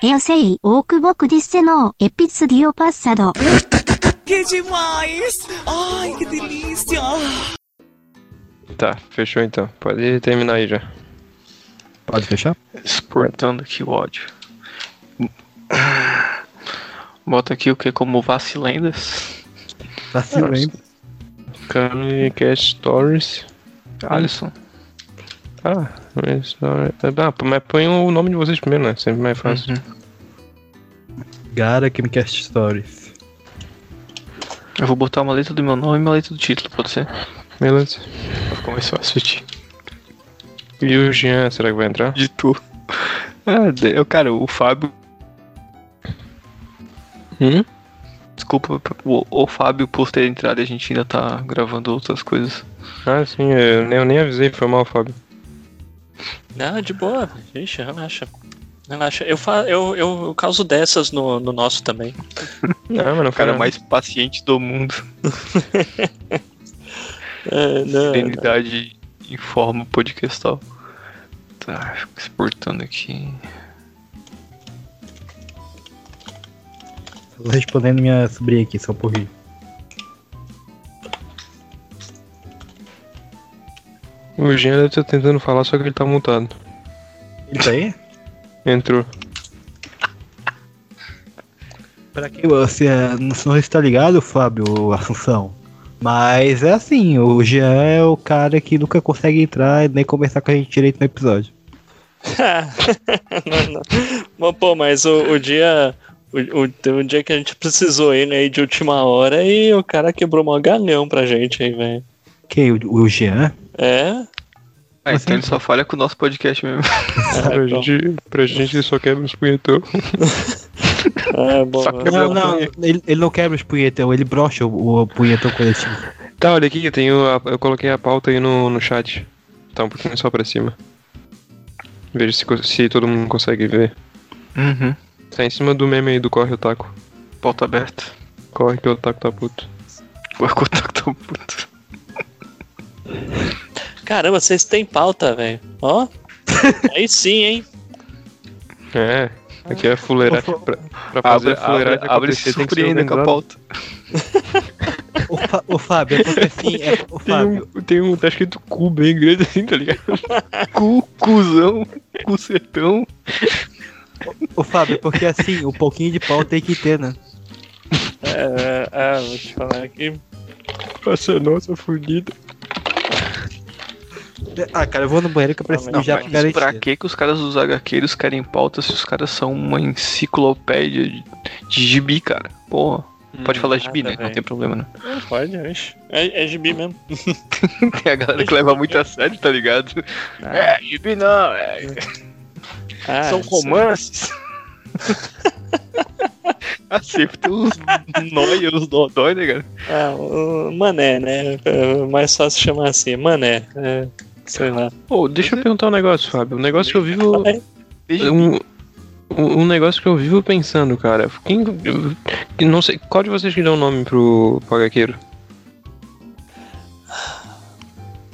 Speaker 5: Eu sei o que vou dizer no episódio passado.
Speaker 11: Que demais! Ai, que delícia!
Speaker 2: Tá, fechou então. Pode terminar aí já.
Speaker 4: Pode fechar?
Speaker 8: Exportando aqui o ódio. Bota aqui o que como vacilendas.
Speaker 4: Vacilenda.
Speaker 2: Camicast Stories.
Speaker 8: Alisson.
Speaker 2: Ah, mas Stories. Ah, mas põe o nome de vocês primeiro, né? Sempre mais fácil.
Speaker 4: Gara que me cast stories.
Speaker 8: Eu vou botar uma letra do meu nome e uma letra do título, pode ser?
Speaker 2: Beleza.
Speaker 8: Pra ficar mais fácil de
Speaker 2: E o Jean, será que vai entrar?
Speaker 8: De tu. Ah, de- eu, cara, o Fábio.
Speaker 2: Hum?
Speaker 8: Desculpa o, o Fábio por ter entrado e a gente ainda tá gravando outras coisas.
Speaker 2: Ah, sim, eu nem, eu nem avisei, foi mal, Fábio.
Speaker 6: Não, de boa. Vixe, relaxa. Relaxa. Eu, fa eu, eu, eu causo dessas no, no nosso também.
Speaker 2: Não, mas
Speaker 8: o cara mais paciente do mundo.
Speaker 6: é, não,
Speaker 8: Serenidade em forma podcastal. Tá, fico exportando aqui.
Speaker 4: Tô respondendo minha sobrinha aqui, só por rir.
Speaker 2: O Jean deve estar tentando falar, só que ele tá mutado.
Speaker 4: Ele tá aí?
Speaker 2: Entrou.
Speaker 4: Pra quem você não sei se tá ligado, Fábio Assunção. Mas é assim, o Jean é o cara que nunca consegue entrar e nem conversar com a gente direito no episódio.
Speaker 6: não, não. Mas, pô, mas o, o dia. O, o, teve um dia que a gente precisou ir, né, de última hora e o cara quebrou mó galhão pra gente aí, velho.
Speaker 4: Quem? O, o Jean?
Speaker 6: É?
Speaker 8: Ah, então ele só falha com o nosso podcast mesmo.
Speaker 2: pra, gente, pra gente ele só quebra os punhetão.
Speaker 6: É, bom.
Speaker 2: Só quebra
Speaker 4: Não, não, ele, ele não quebra os punhetão, ele brocha o, o punhetão tipo, coletivo.
Speaker 2: Tá, olha aqui, eu, tenho a- eu coloquei a pauta aí no, no chat. Tá um pouquinho só pra cima. Veja se, co- se todo mundo consegue ver.
Speaker 8: Uhum.
Speaker 2: Tá em cima do meme aí do Corre o Taco.
Speaker 8: Pauta aberta.
Speaker 2: Corre que o Taco tá puto.
Speaker 8: Corre que o Taco tá puto.
Speaker 6: Caramba, vocês têm pauta, velho. Ó. Aí sim, hein?
Speaker 2: É, aqui é fuleiragem. Pra, pra fazer
Speaker 8: Abre-
Speaker 2: fuleiragem
Speaker 8: abre- abre e se
Speaker 2: acontecer tem que ser
Speaker 8: surpreenda com a
Speaker 2: organizado.
Speaker 8: pauta.
Speaker 4: Ô, Fa- ô Fábio, acontece assim, é, ô
Speaker 2: Tem
Speaker 4: Fábio,
Speaker 2: um, tem um, tá escrito cu bem grande assim, tá ligado?
Speaker 8: Cu, cuzão, cu sertão.
Speaker 4: Ô, Fábio, porque assim, um pouquinho de pau tem que ter, né?
Speaker 6: É, é, vou te falar aqui. Nossa, nossa, fudida.
Speaker 4: Ah, cara, eu vou no banheiro que eu preciso
Speaker 8: Não,
Speaker 4: já
Speaker 8: mas pra que, que os caras dos HQs querem pauta se os caras são uma enciclopédia de, de gibi, cara? Porra. Pode
Speaker 6: Hum,
Speaker 8: falar gibi,
Speaker 6: nada,
Speaker 8: né? Não
Speaker 6: velho.
Speaker 8: tem problema, né?
Speaker 6: Não pode, eu acho. É, é gibi mesmo.
Speaker 8: Tem a galera que leva muito a sério, tá ligado? É, gibi não, é.
Speaker 6: Ah,
Speaker 8: São
Speaker 6: isso-
Speaker 8: romances. Acepta os nóia, os dodói, né, cara?
Speaker 6: Ah, o mané, né? É mais fácil chamar assim, mané. É, sei lá.
Speaker 2: Pô, deixa
Speaker 8: é-
Speaker 2: eu perguntar um negócio, Fábio. Um negócio que eu vivo. Um, um um negócio que eu vivo pensando, cara. Quem. eu- que Não sei. Qual de vocês que dá o nome pro, pro HQero?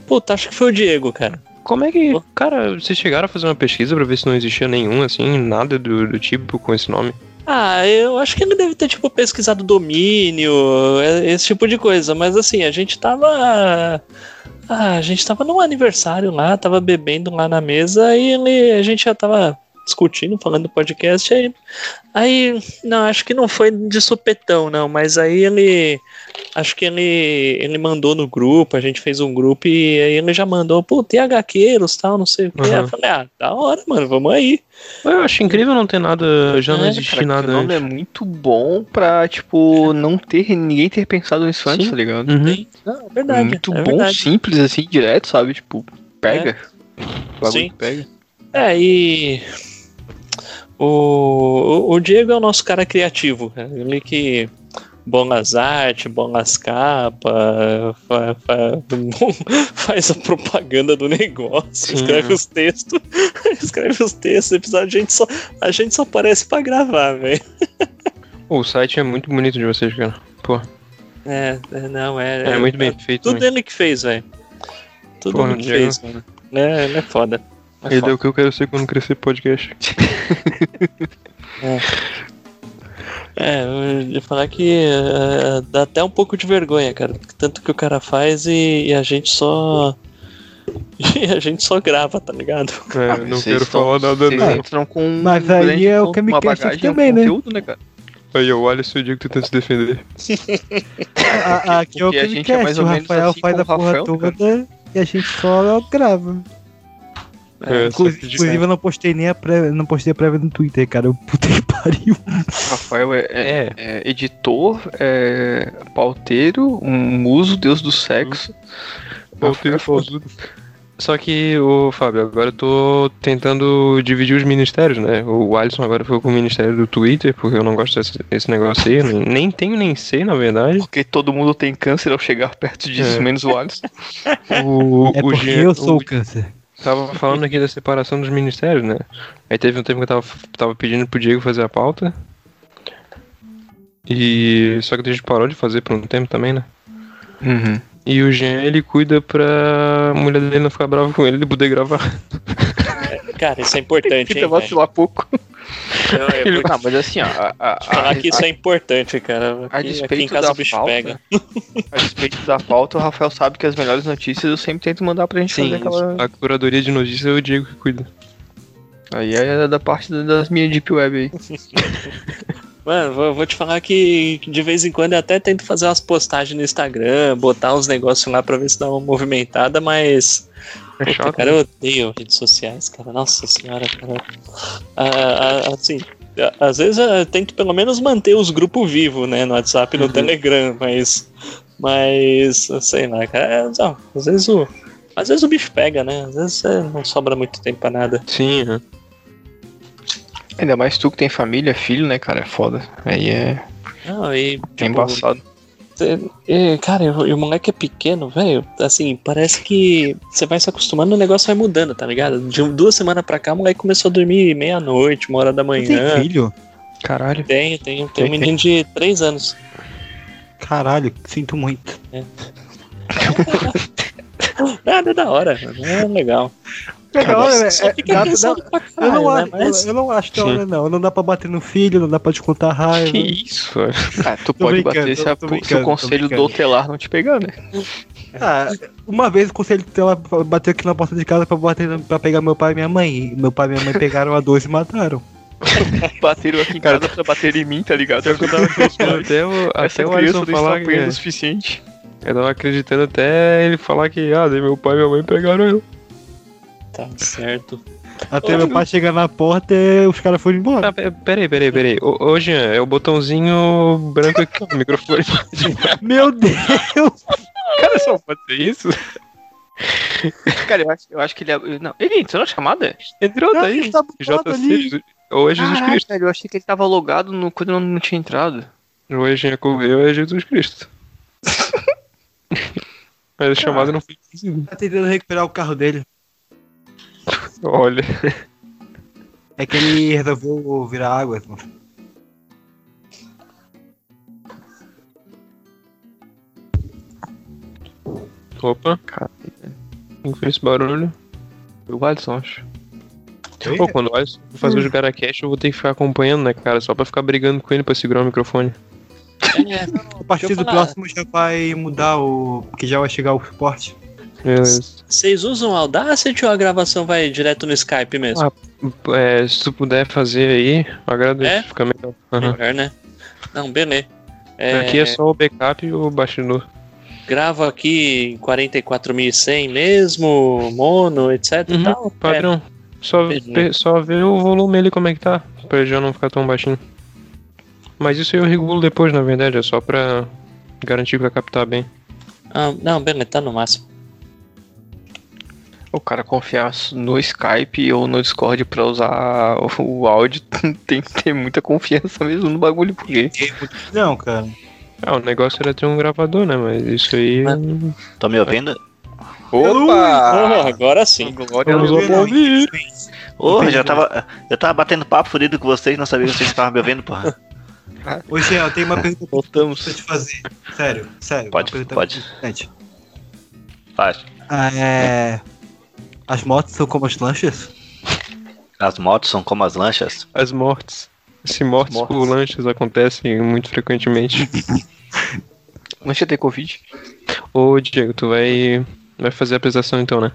Speaker 6: Puta, acho que foi o Diego, cara.
Speaker 2: Como é que. Cara, vocês chegaram a fazer uma pesquisa pra ver se não existia nenhum, assim, nada do, do tipo com esse nome?
Speaker 6: Ah, eu acho que ele deve ter, tipo, pesquisado domínio, é- esse tipo de coisa. Mas assim, a gente tava. Ah, a gente tava num aniversário lá, tava bebendo lá na mesa e ele, a gente já tava discutindo, falando do podcast. Aí, aí, não, acho que não foi de supetão, não, mas aí ele. Acho que ele, ele mandou no grupo, a gente fez um grupo e aí ele já mandou, pô, tem HQs tal, não sei o quê.
Speaker 2: Aham.
Speaker 6: Eu falei, ah, da hora, mano, vamos aí.
Speaker 2: Eu acho incrível não ter nada, já não
Speaker 6: É,
Speaker 2: existir
Speaker 6: cara,
Speaker 2: nada
Speaker 6: o nome
Speaker 2: antes.
Speaker 8: É muito bom pra,
Speaker 2: É.
Speaker 8: tipo, não ter ninguém ter pensado nisso antes, tá ligado?
Speaker 2: Uhum.
Speaker 6: Não, é verdade.
Speaker 8: muito
Speaker 6: é
Speaker 8: bom,
Speaker 6: verdade.
Speaker 8: simples, assim, direto, sabe? Tipo, pega.
Speaker 4: É.
Speaker 8: O bagulho
Speaker 6: Sim.
Speaker 8: pega.
Speaker 6: É, e. O, o- o Diego é o nosso cara criativo. né? Ele que bola as artes, bola as capas, fa- fa- faz a propaganda do negócio, escreve os textos, escreve os textos, episódio, a gente só, a gente só aparece pra gravar, velho.
Speaker 2: O site é muito bonito de vocês, cara. Pô.
Speaker 6: É, é, não, é.
Speaker 2: É muito bem feito
Speaker 6: Tudo
Speaker 2: mesmo.
Speaker 6: ele que fez, velho. Tudo
Speaker 2: Porra,
Speaker 6: ele que
Speaker 2: Diego.
Speaker 6: fez, mano. É, ele é foda. É
Speaker 2: Ele
Speaker 6: foda.
Speaker 2: é o que eu quero ser quando crescer podcast.
Speaker 6: É, eu ia falar que eh, dá até um pouco de vergonha, cara. Tanto que o cara faz e, e a gente só. E a gente só grava, tá ligado?
Speaker 2: É,
Speaker 8: Ah, não vocês quero estão- falar nada, vocês não. entram com um
Speaker 4: Mas aí é o que me queixa também, né?
Speaker 8: né, cara?
Speaker 2: Aí eu olho esse dia que tu tenta se defender.
Speaker 4: A- a- Aqui é o
Speaker 8: porque a
Speaker 4: que me
Speaker 8: gente é mais
Speaker 4: queixa, o
Speaker 8: ou menos
Speaker 4: Rafael
Speaker 8: assim
Speaker 4: faz
Speaker 8: com
Speaker 4: a
Speaker 8: o
Speaker 4: porra
Speaker 8: Rafael,
Speaker 4: toda e a gente
Speaker 6: tipo-
Speaker 4: só grava.
Speaker 2: É,
Speaker 4: Inclu-
Speaker 2: só que de-
Speaker 4: Inclusive, eu não postei nem a prévia, não postei a prévia no Twitter, cara. Eu puta que pariu.
Speaker 8: Rafael é, é- é editor, é pauteiro, um muso, deus do sexo. é
Speaker 2: Pauteiro, Só que, o Fábio, agora eu tô tentando dividir os ministérios, né? O Alisson agora ficou com o ministério do Twitter, porque eu não gosto desse, desse negócio aí. Nem, nem tenho, nem sei, na verdade.
Speaker 8: Porque todo mundo tem câncer ao chegar perto disso,
Speaker 2: É.
Speaker 8: menos o Alisson.
Speaker 2: O,
Speaker 4: É
Speaker 2: o
Speaker 4: porque
Speaker 2: Jean-
Speaker 4: eu sou
Speaker 2: o-
Speaker 4: o câncer.
Speaker 2: Tava falando aqui da separação dos ministérios, né? Aí teve um tempo que eu tava, tava pedindo pro Diego fazer a pauta. E. Só que a gente parou de fazer por um tempo também, né?
Speaker 8: Uhum.
Speaker 2: E o Jean, ele cuida pra mulher dele não ficar brava com ele, ele poder gravar.
Speaker 6: Cara, isso é importante, hein? velho?
Speaker 8: pouco.
Speaker 6: Não, é porque-
Speaker 8: Ah, mas assim, ó, a, a-
Speaker 6: Te falar
Speaker 8: a-
Speaker 6: que isso é importante, cara.
Speaker 8: a
Speaker 6: Aqui,
Speaker 8: despeito
Speaker 6: aqui em casa
Speaker 8: da
Speaker 6: o bicho
Speaker 8: falta,
Speaker 6: pega.
Speaker 8: a respeito da pauta, o Rafael sabe que as melhores notícias eu sempre tento mandar pra gente
Speaker 2: Sim,
Speaker 8: fazer aquela.
Speaker 2: a curadoria de notícias é o Diego que cuida.
Speaker 8: Aí é da parte da- das minhas deep web aí.
Speaker 6: Mano, vou, vou te falar que de vez em quando eu até tento fazer umas postagens no Instagram, botar uns negócios lá pra ver se dá uma movimentada, mas. Puta,
Speaker 2: chato,
Speaker 6: cara,
Speaker 2: né?
Speaker 6: eu odeio redes sociais, cara. Nossa senhora, cara. Ah, ah, assim, a- às vezes eu tento pelo menos manter os grupos vivos, né? No WhatsApp e no Telegram, mas. Mas, sei lá, cara. é, não, às vezes o. Às vezes o bicho pega, né? Às vezes é, não sobra muito tempo pra nada.
Speaker 2: Sim,
Speaker 8: Ainda mais tu que tem família, filho, né, cara? É foda. Aí é.
Speaker 6: Não, e.
Speaker 8: É
Speaker 6: tipo,
Speaker 8: embaçado.
Speaker 6: É, é, cara, e o e o moleque é pequeno, velho. Assim, parece que você vai se acostumando o negócio vai mudando, tá ligado? De um- duas semanas pra cá, o moleque começou a dormir meia-noite, uma hora da manhã.
Speaker 4: Tem filho?
Speaker 2: Caralho.
Speaker 6: Tem, tem, tem um
Speaker 4: Tem,
Speaker 6: menino de três anos.
Speaker 4: Caralho, sinto muito.
Speaker 6: Nada da hora, mano. Ah, é legal.
Speaker 4: Legal,
Speaker 6: Cara,
Speaker 4: né?
Speaker 6: só
Speaker 4: É,
Speaker 6: fica
Speaker 4: dá-
Speaker 6: cansado
Speaker 4: dá-
Speaker 6: pra
Speaker 4: eu, não
Speaker 6: caralho,
Speaker 4: acho,
Speaker 6: né? Mas-
Speaker 4: eu não acho da
Speaker 6: Sim.
Speaker 4: hora, não. Não dá pra bater no filho, não dá pra descontar raiva.
Speaker 2: Que isso?
Speaker 8: Ah, tu
Speaker 4: Tô
Speaker 8: pode
Speaker 4: brincando,
Speaker 8: bater se,
Speaker 4: tô
Speaker 8: a- se
Speaker 4: brincando,
Speaker 8: o
Speaker 4: tô
Speaker 8: conselho
Speaker 4: brincando.
Speaker 8: dotelar não te pegar, né?
Speaker 4: Ah, uma vez o conselho dela bateu aqui na porta de casa pra, bater, pra pegar meu pai e minha mãe. E Meu pai e minha mãe pegaram a dois e mataram.
Speaker 8: Bateram aqui em casa pra bater em mim, tá ligado?
Speaker 2: Eu tava acreditando até o,
Speaker 8: Essa
Speaker 2: até o
Speaker 8: criança é
Speaker 2: Alisson
Speaker 8: não está
Speaker 2: falar que. é.
Speaker 8: apanhando o suficiente.
Speaker 2: Eu tava acreditando até ele falar que, ah, daí meu pai e minha mãe pegaram eu.
Speaker 12: Tá certo.
Speaker 4: Até meu pai chegar na porta e os caras foram embora.
Speaker 2: Tá, Peraí, peraí, peraí. Ô, ô, Jean, é o botãozinho branco aqui, o microfone.
Speaker 4: Meu Deus!
Speaker 2: Cara, só pode ser isso?
Speaker 8: Cara, eu acho, eu acho que ele. ab- Não, ele entrou na chamada?
Speaker 2: Entrou, tá aí.
Speaker 12: é
Speaker 8: botado ali.
Speaker 2: JC, ou é Jesus
Speaker 8: Caraca,
Speaker 2: Cristo.
Speaker 8: velho, eu achei que ele tava logado no, quando eu não tinha entrado.
Speaker 2: Ou é Jean Correia ou é Jesus Cristo. Mas a chamada não foi.
Speaker 4: Tá tentando recuperar o carro dele.
Speaker 2: Olha.
Speaker 4: É que ele resolveu virar água. irmão.
Speaker 2: Opa. Não fez esse barulho. Foi o Alisson, acho. Pô, quando o Alisson for
Speaker 8: Hum.
Speaker 2: fazer o Jugaracast, eu vou ter que ficar acompanhando, né, cara? Só pra ficar brigando com ele pra segurar o microfone.
Speaker 6: é,
Speaker 4: A partir do próximo já vai mudar o. Porque já vai chegar o suporte.
Speaker 2: Beleza.
Speaker 12: Vocês usam Audacity ou a gravação vai direto no Skype mesmo?
Speaker 2: Ah, é, se tu puder fazer aí, eu agradeço.
Speaker 6: É?
Speaker 2: Fica melhor. Aham.
Speaker 12: Melhor, né? Não, beleza. É,
Speaker 2: Aqui é só o backup e o bastidor.
Speaker 12: Gravo aqui em 44.100 mesmo, mono, etc e tal.
Speaker 2: Uhum,
Speaker 12: É,
Speaker 2: Padrão. Só,
Speaker 12: Beleza.
Speaker 2: pe- É só vê o volume ali como é que tá, pra ele já não ficar tão baixinho. Mas isso eu regulo depois, na verdade, é só pra garantir que vai captar bem.
Speaker 12: Ah, não, beleza, tá no máximo.
Speaker 8: O cara confiar no Skype ou no Discord pra usar o o áudio tem que ter muita confiança mesmo no bagulho, porque.
Speaker 4: Não, cara.
Speaker 2: Ah, o negócio era ter um gravador, né? Mas isso aí.
Speaker 8: Né?
Speaker 6: tá
Speaker 3: Tô me ouvindo?
Speaker 8: Opa!
Speaker 12: agora sim.
Speaker 8: Glória
Speaker 3: a Deus.
Speaker 2: ouvir.
Speaker 3: Ô, eu já tava. Eu tava batendo papo furido com vocês, não sabia que vocês estavam me ouvindo, porra.
Speaker 4: Ô, Jean, eu tenho uma pergunta Voltamos. pra te fazer. Sério, sério.
Speaker 3: Pode, pode. Faz.
Speaker 4: Ah, é. As motos são como as lanchas?
Speaker 3: As motos são como as lanchas?
Speaker 2: As mortes. Se mortes, por lanches acontecem muito frequentemente.
Speaker 8: Lancha tem Covid?
Speaker 2: Ô, Diego, tu vai. Vai fazer a apresentação então, né?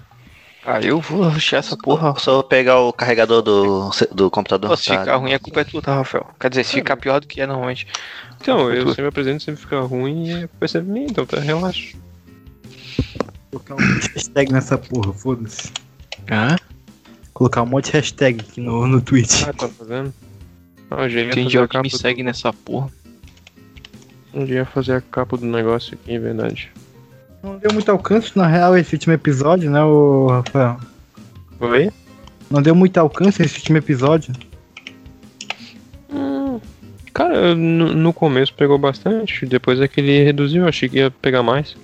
Speaker 8: Ah, eu vou ruxar essa porra.
Speaker 3: Só vou pegar o carregador do, do computador.
Speaker 8: Pô, se
Speaker 3: tá?
Speaker 8: ficar ruim, a culpa é tua, tá, Rafael? Quer dizer, se ficar pior do que é normalmente.
Speaker 2: Então, eu sempre apresento, sempre fica ruim e percebe mim, então tá, relaxa.
Speaker 4: Colocar um monte de hashtag nessa porra, foda-se.
Speaker 8: Hã?
Speaker 4: Colocar um monte de hashtag aqui no, no Twitch.
Speaker 2: Ah, tá fazendo? Ah, o Jean ia fazer
Speaker 8: Tem
Speaker 2: a
Speaker 8: dia que
Speaker 2: capa
Speaker 8: me segue nessa porra.
Speaker 2: do... Um dia ia fazer a capa do negócio aqui, é verdade.
Speaker 4: Não deu muito alcance, na real, esse último episódio, né, ô Rafael?
Speaker 2: Oi?
Speaker 4: Não deu muito alcance esse último episódio.
Speaker 2: Cara, no, no começo pegou bastante, depois é que ele reduziu, achei que ia pegar mais.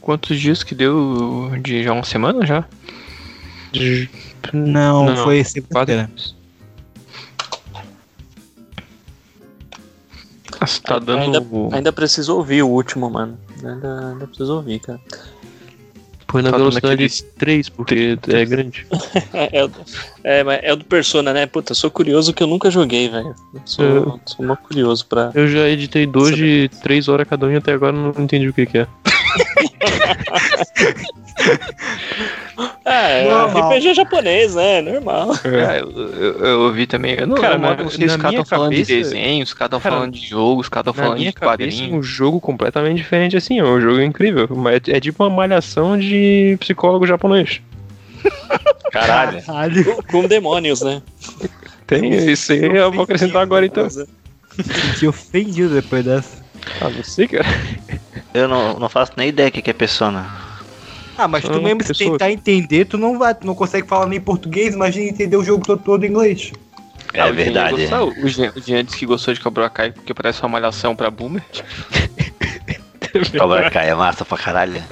Speaker 8: Quantos dias que deu de já uma semana já?
Speaker 4: Não,
Speaker 2: Não,
Speaker 4: foi
Speaker 2: quatro
Speaker 4: segunda-feira.
Speaker 8: Nossa, tá dando.
Speaker 12: Ainda, ainda preciso ouvir o último, mano. Ainda, ainda preciso ouvir, cara.
Speaker 2: Foi na
Speaker 12: Tá dando
Speaker 2: velocidade 3, porque é grande.
Speaker 12: é, o- é, mas é o do Persona, né? Puta, eu sou curioso que eu nunca joguei, velho. Eu Sou,
Speaker 2: Eu-
Speaker 12: sou mó curioso pra.
Speaker 2: Eu já editei dois de 3 horas cada um e até agora não entendi o que, que é.
Speaker 12: Ah, é
Speaker 2: Normal.
Speaker 12: RPG japonês, né? Normal.
Speaker 8: É, eu, eu- eu ouvi também. Eu não,
Speaker 2: Cara,
Speaker 8: eu não,
Speaker 2: na-
Speaker 8: não sei
Speaker 2: na
Speaker 8: se os caras
Speaker 2: minha
Speaker 8: estão falando de
Speaker 2: cabeça-
Speaker 8: desenho, os caras estão
Speaker 2: Cara,
Speaker 8: falando de jogo, os caras estão
Speaker 2: Na
Speaker 8: falando de
Speaker 2: minha cabeça,
Speaker 12: é
Speaker 8: quadrinho.
Speaker 2: um jogo completamente diferente assim, é um jogo incrível. Mas é, é tipo uma malhação de psicólogo japonês.
Speaker 3: Caralho.
Speaker 4: Caralho.
Speaker 12: Com demônios, né?
Speaker 2: Tem isso aí, eu vou acrescentar agora então.
Speaker 8: né?
Speaker 4: Fiquei ofendido depois dessa.
Speaker 2: Ah, você, cara?
Speaker 3: Eu não, não faço nem ideia o que que é persona.
Speaker 4: Ah, mas tu
Speaker 3: Ah,
Speaker 4: mesmo se
Speaker 3: pessoa.
Speaker 4: tentar entender, tu não vai, tu não consegue falar nem português, imagina entender o jogo todo, todo em inglês.
Speaker 3: É
Speaker 8: Ah, o Jean ia
Speaker 3: verdade.
Speaker 8: gostar, O Jean, o Jean disse que gostou de Cobra Kai porque parece uma malhação pra boomer.
Speaker 3: Cobra Kai é massa pra caralho.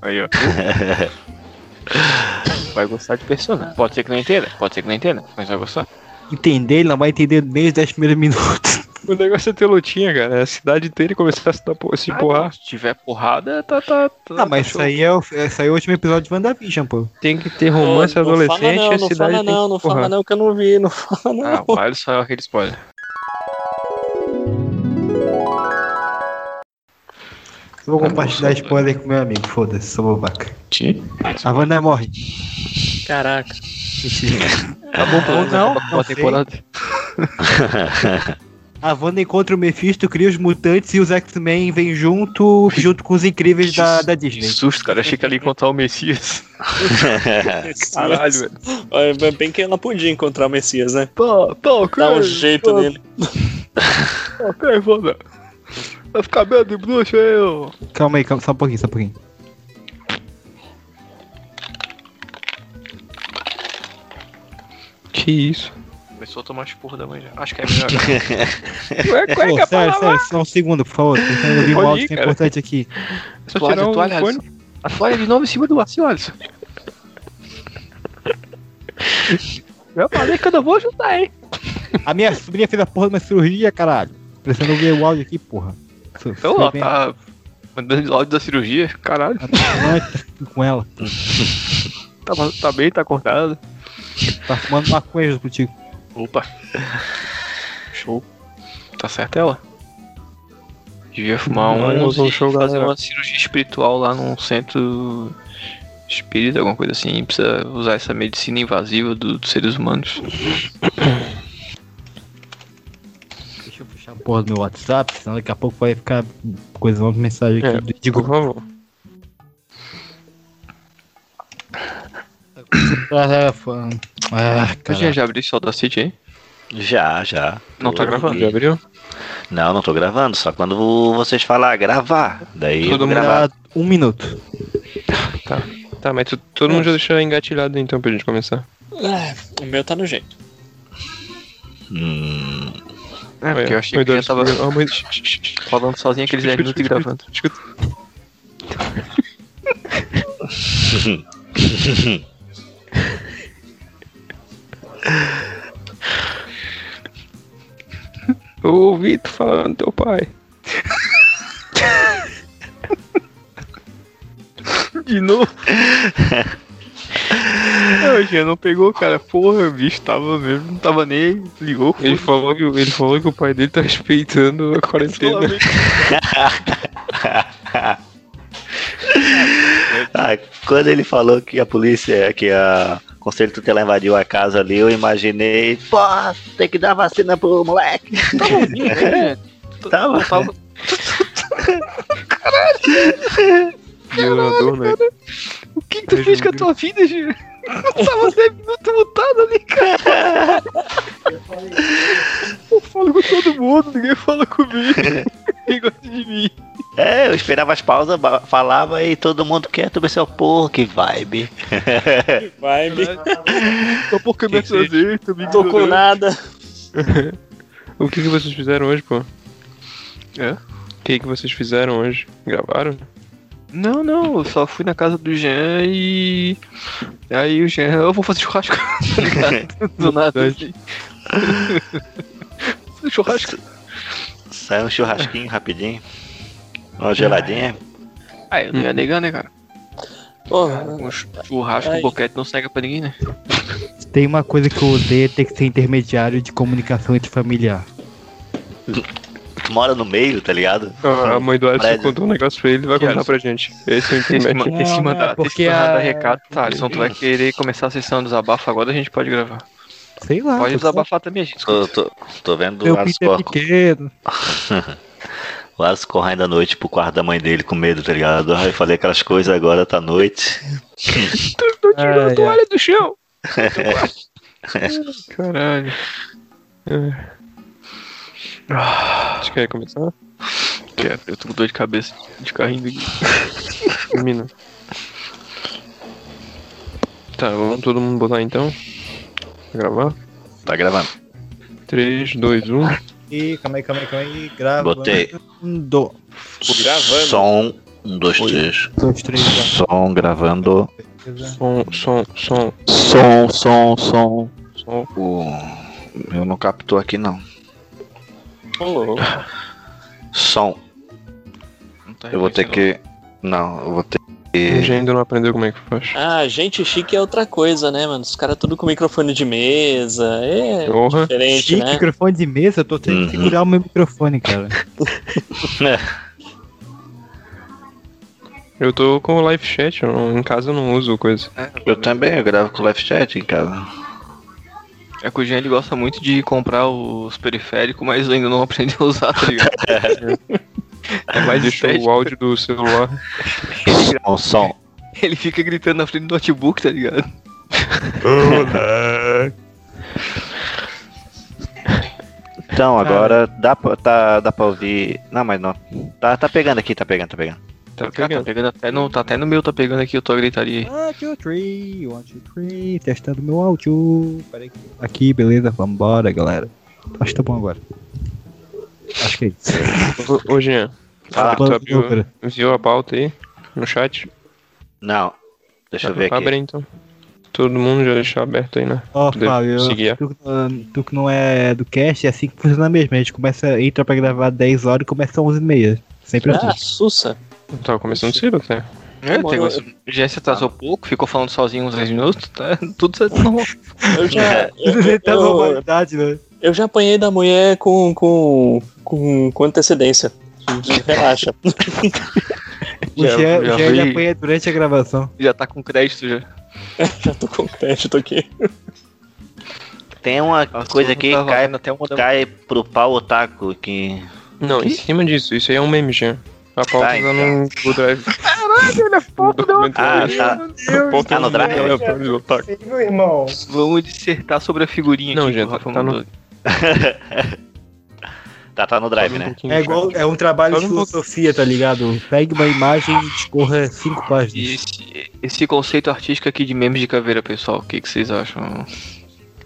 Speaker 8: Aí, ó. Vai gostar de personagem. Pode ser que não entenda, pode ser que não entenda, mas vai gostar.
Speaker 4: Entender, ele não vai entender nem os 10 primeiros minutos.
Speaker 2: O negócio é ter lutinha, cara. É a cidade inteira começar a se, dar por- se porrar.
Speaker 8: Ah, Se tiver porrada, tá. tá, tá
Speaker 4: Ah, mas isso aí, é o, isso aí é o último episódio de WandaVision, pô.
Speaker 2: Tem que ter
Speaker 12: romance Não, não fala
Speaker 2: adolescente
Speaker 12: não,
Speaker 2: e
Speaker 12: não
Speaker 2: a
Speaker 12: fala
Speaker 2: cidade tem
Speaker 12: não,
Speaker 2: que
Speaker 12: não fala
Speaker 2: porrar.
Speaker 12: não, que eu não vi, não fala não.
Speaker 8: Ah, vale só aquele spoiler.
Speaker 4: Só
Speaker 8: Tá
Speaker 4: vou compartilhar spoiler com meu amigo, foda-se, sou babaca. A Wanda é morre.
Speaker 12: Caraca.
Speaker 4: Mentira. Tá bom,
Speaker 8: pô,
Speaker 4: não,
Speaker 8: acabou a
Speaker 4: não sei.
Speaker 8: temporada.
Speaker 4: A Wanda encontra o Mephisto, cria os mutantes e os X-Men vêm junto, junto com os incríveis da, da Disney.
Speaker 2: Que susto, cara. Achei que ela ia encontrar o Messias.
Speaker 3: Caralho, velho. é Bem que ela podia encontrar o Messias, né?
Speaker 2: Pô, pô,
Speaker 3: Dá um jeito
Speaker 2: pô.
Speaker 3: nele.
Speaker 2: Ok, Wanda. Vai ficar medo de bruxo aí, ô.
Speaker 4: Calma aí, calma, só um pouquinho, só um pouquinho.
Speaker 2: Que isso? Começou a tomar as porra da mãe já. Acho que é melhor.
Speaker 4: Pô,
Speaker 8: é
Speaker 4: sério, sério, só um segundo, por favor. Tô tentando ouvir um
Speaker 2: Pode ir,
Speaker 4: áudio que é
Speaker 2: cara.
Speaker 4: importante aqui.
Speaker 2: Só toalha,
Speaker 8: um
Speaker 2: tirar o toalha, fone. Alisson. A toalha de novo em cima do Alisson, Alisson. Eu falei que eu não vou ajudar, hein?
Speaker 4: A minha sobrinha fez a porra de uma cirurgia, caralho. Precisando ouvir o áudio aqui, porra. Sou-
Speaker 2: Então,
Speaker 4: sou
Speaker 2: ó,
Speaker 4: bem
Speaker 2: tá mandando áudio da cirurgia, caralho.
Speaker 4: amante com ela.
Speaker 2: Tá, tá bem, tá acordado.
Speaker 4: Tá fumando maconha junto contigo.
Speaker 2: Opa. Show. Tá certo ela? Devia fumar
Speaker 4: Não,
Speaker 2: um
Speaker 4: eu vou
Speaker 2: e
Speaker 4: jogar
Speaker 2: fazer
Speaker 4: ela.
Speaker 2: uma cirurgia espiritual lá num centro espírita, alguma coisa assim. Precisa usar essa medicina invasiva do- dos seres humanos.
Speaker 4: Deixa eu puxar a porra do meu WhatsApp, senão daqui a pouco vai ficar coisando mensagem aqui. do Digo, por
Speaker 2: favor.
Speaker 4: é, Ah,
Speaker 2: Eu já, já abri só da City aí?
Speaker 8: Já, já.
Speaker 2: Não tá
Speaker 8: Tô
Speaker 2: gravando?
Speaker 8: aqui.
Speaker 2: Já abriu?
Speaker 8: Não, não tô gravando, só quando vo- vocês falar gravar. Daí eu
Speaker 2: Todo
Speaker 8: vou
Speaker 2: mundo
Speaker 8: gravar.
Speaker 4: Um minuto.
Speaker 2: Tá. Tá, mas tu-
Speaker 8: É.
Speaker 2: todo mundo já deixou engatilhado então pra gente começar.
Speaker 3: Ah, o meu tá no jeito.
Speaker 2: É, porque eu achei que já tava falando sozinho aqueles 10 minutos e gravando. Eu ouvi tu falando do teu pai. De novo? Não, já não pegou, cara. Porra, o bicho tava mesmo, não tava nem aí, ligou. Ele falou, que, ele falou que o pai dele tá respeitando a quarentena.
Speaker 8: Ah, quando ele falou que a polícia, que a o Conselho Tutelar invadiu a casa ali, eu imaginei, pô, tem que dar vacina pro moleque.
Speaker 2: Tá né?
Speaker 8: Tá Tava.
Speaker 2: Tava. Caralho! Violador, né? O que, que tu fez com a tua vida, Gil? Eu tava 10 minutos mutado ali, cara. Eu falo com todo mundo, ninguém fala comigo. Ninguém gosta de mim.
Speaker 8: É, eu esperava as pausas, ba- falava e todo mundo quieto, eu pensei, porra, que vibe.
Speaker 3: Vai, me.
Speaker 2: Tô um por que me trazer, tô me
Speaker 3: Tô com nada.
Speaker 2: O que, que vocês fizeram hoje, pô? É? O que, que vocês fizeram hoje? Gravaram? Não, não, eu só fui na casa do Jean e. Aí o Jean, eu vou fazer churrasco. Tá ligado? do nada. assim. churrasco.
Speaker 8: Saiu um churrasquinho rapidinho. Uma geladinha.
Speaker 2: Ah, eu não ia negar, né, cara? Um churrasco, um
Speaker 3: ai.
Speaker 2: boquete não cega pra ninguém, né?
Speaker 4: Se Tem uma coisa que eu odeio é ter que ser intermediário de comunicação entre familiar.
Speaker 8: Tu mora no meio, tá ligado?
Speaker 2: a mãe do Alisson
Speaker 8: Prédio.
Speaker 2: contou um negócio pra ele, vai
Speaker 8: Cara,
Speaker 2: contar pra gente. Esse é o
Speaker 8: esse
Speaker 2: intermédio.
Speaker 8: ma- esse Não, mandar- não, esse porque mandar a- recado,
Speaker 2: tá, Alisson, tu vai querer começar a sessão desabafo agora, a gente pode gravar.
Speaker 4: Sei lá.
Speaker 2: Pode
Speaker 4: eu só-
Speaker 2: desabafar também, a gente.
Speaker 8: Tô, tô, tô vendo
Speaker 4: Meu
Speaker 8: o Alisson
Speaker 4: Peter é
Speaker 8: cor...
Speaker 4: pequeno.
Speaker 8: o Alisson correndo à noite pro quarto da mãe dele com medo, tá ligado? Ah, eu falei aquelas coisas agora, tá noite.
Speaker 2: Tô tirando
Speaker 4: Ai,
Speaker 2: a
Speaker 4: ai.
Speaker 2: toalha do chão. Caralho. Vocês querem começar? Quero, eu tô com dor de cabeça de carrinho aqui. Termina. Tá, vamos todo mundo botar então? Pra gravar?
Speaker 8: Tá gravando.
Speaker 2: 3, 2, 1.
Speaker 4: E calma aí, calma aí, calma aí. Grava.
Speaker 8: Botei.
Speaker 4: Um, dois.
Speaker 8: Gravando. Som. Um, dois, três.
Speaker 4: Dois, três,
Speaker 8: Som gravando.
Speaker 2: Som, som, som.
Speaker 8: Som, som, som.
Speaker 2: som.
Speaker 8: Eu não captou aqui não. Som. Eu vou ter que. Não, eu vou ter
Speaker 2: A
Speaker 8: que.
Speaker 2: gente ainda não aprendeu como é que faz.
Speaker 3: Ah, gente chique é outra coisa, né, mano? Os caras tudo com microfone de mesa. É
Speaker 2: Porra.
Speaker 3: diferente,
Speaker 4: Chique,
Speaker 3: né?
Speaker 4: microfone de mesa, eu tô tendo que segurar o meu microfone, cara.
Speaker 2: Eu tô com o live chat, eu não- em casa eu não uso coisa.
Speaker 8: Eu também, eu gravo com o live chat em casa.
Speaker 6: A Cujinha ele gosta muito de comprar os periféricos, mas ainda não aprendeu a usar, tá ligado? é mais
Speaker 2: Deixou
Speaker 6: estético.
Speaker 2: o áudio do celular.
Speaker 8: Som, som.
Speaker 6: Ele fica gritando na frente do notebook, tá ligado?
Speaker 8: Então, agora dá, pra, tá, dá pra ouvir. Não, mas não. Tá, tá pegando aqui, tá pegando, tá pegando.
Speaker 6: Tá pegando, tá pegando até no, tá até no meu, tá pegando aqui, eu tô gritaria aí.
Speaker 4: One, two, three, one, two, three, testando meu áudio. Peraí. Aqui, beleza, vambora, galera. Acho que tá bom agora. Acho que é isso.
Speaker 2: Ô, ô Jean,
Speaker 4: Fala.
Speaker 2: tu abriu,
Speaker 4: Fala, cara.
Speaker 2: viu a pauta aí no chat?
Speaker 8: Não. Deixa eu
Speaker 6: Tá
Speaker 8: ver aqui.
Speaker 2: Abre aí, então. Todo mundo já deixou aberto aí, né?
Speaker 4: Ó,
Speaker 2: Poder
Speaker 4: Fábio, eu-
Speaker 2: seguir.
Speaker 4: tu, ah, tu que não é do cast, é assim que funciona mesmo. A gente começa, entra pra gravar 10 horas e começa 11 e meia. Sempre
Speaker 6: Ah,
Speaker 4: assim.
Speaker 13: Sussa.
Speaker 2: Tava começando cedo até.
Speaker 6: É,
Speaker 13: Mano,
Speaker 6: tem
Speaker 13: eu-
Speaker 6: coisa. Já se atrasou pouco, ficou falando sozinho uns 10 minutos, tá tudo certo normal.
Speaker 13: Eu já, eu, eu-
Speaker 4: Tá normalidade, né?
Speaker 13: eu já apanhei da mulher com, com, com, com antecedência. Relaxa.
Speaker 4: O
Speaker 6: Já-
Speaker 4: Gé
Speaker 6: já
Speaker 4: já ele
Speaker 6: vi.
Speaker 4: apanha durante a gravação.
Speaker 6: Já tá com crédito já.
Speaker 13: já tô com crédito aqui.
Speaker 8: Tem uma coisa aqui que cai, cai pro pau otaku que.
Speaker 2: Não, em cima disso, isso aí é um meme, Jean. A pauta tá,
Speaker 8: então.
Speaker 6: Um
Speaker 2: no Google Drive.
Speaker 14: Caralho, olha a foto da
Speaker 8: Ah, tá. Tá no drive?
Speaker 14: Meu irmão.
Speaker 6: Vamos dissertar sobre a figurinha
Speaker 2: Não,
Speaker 6: aqui.
Speaker 2: gente,
Speaker 6: que
Speaker 2: tá-
Speaker 6: o Rafa
Speaker 2: tá no-
Speaker 6: mandou.
Speaker 8: Tá, tá no drive, né?
Speaker 4: É igual, é um trabalho de filosofia, tá ligado? Pega uma imagem e discorra cinco páginas.
Speaker 6: Esse, esse conceito artístico aqui de memes de caveira, pessoal, o que, que vocês acham?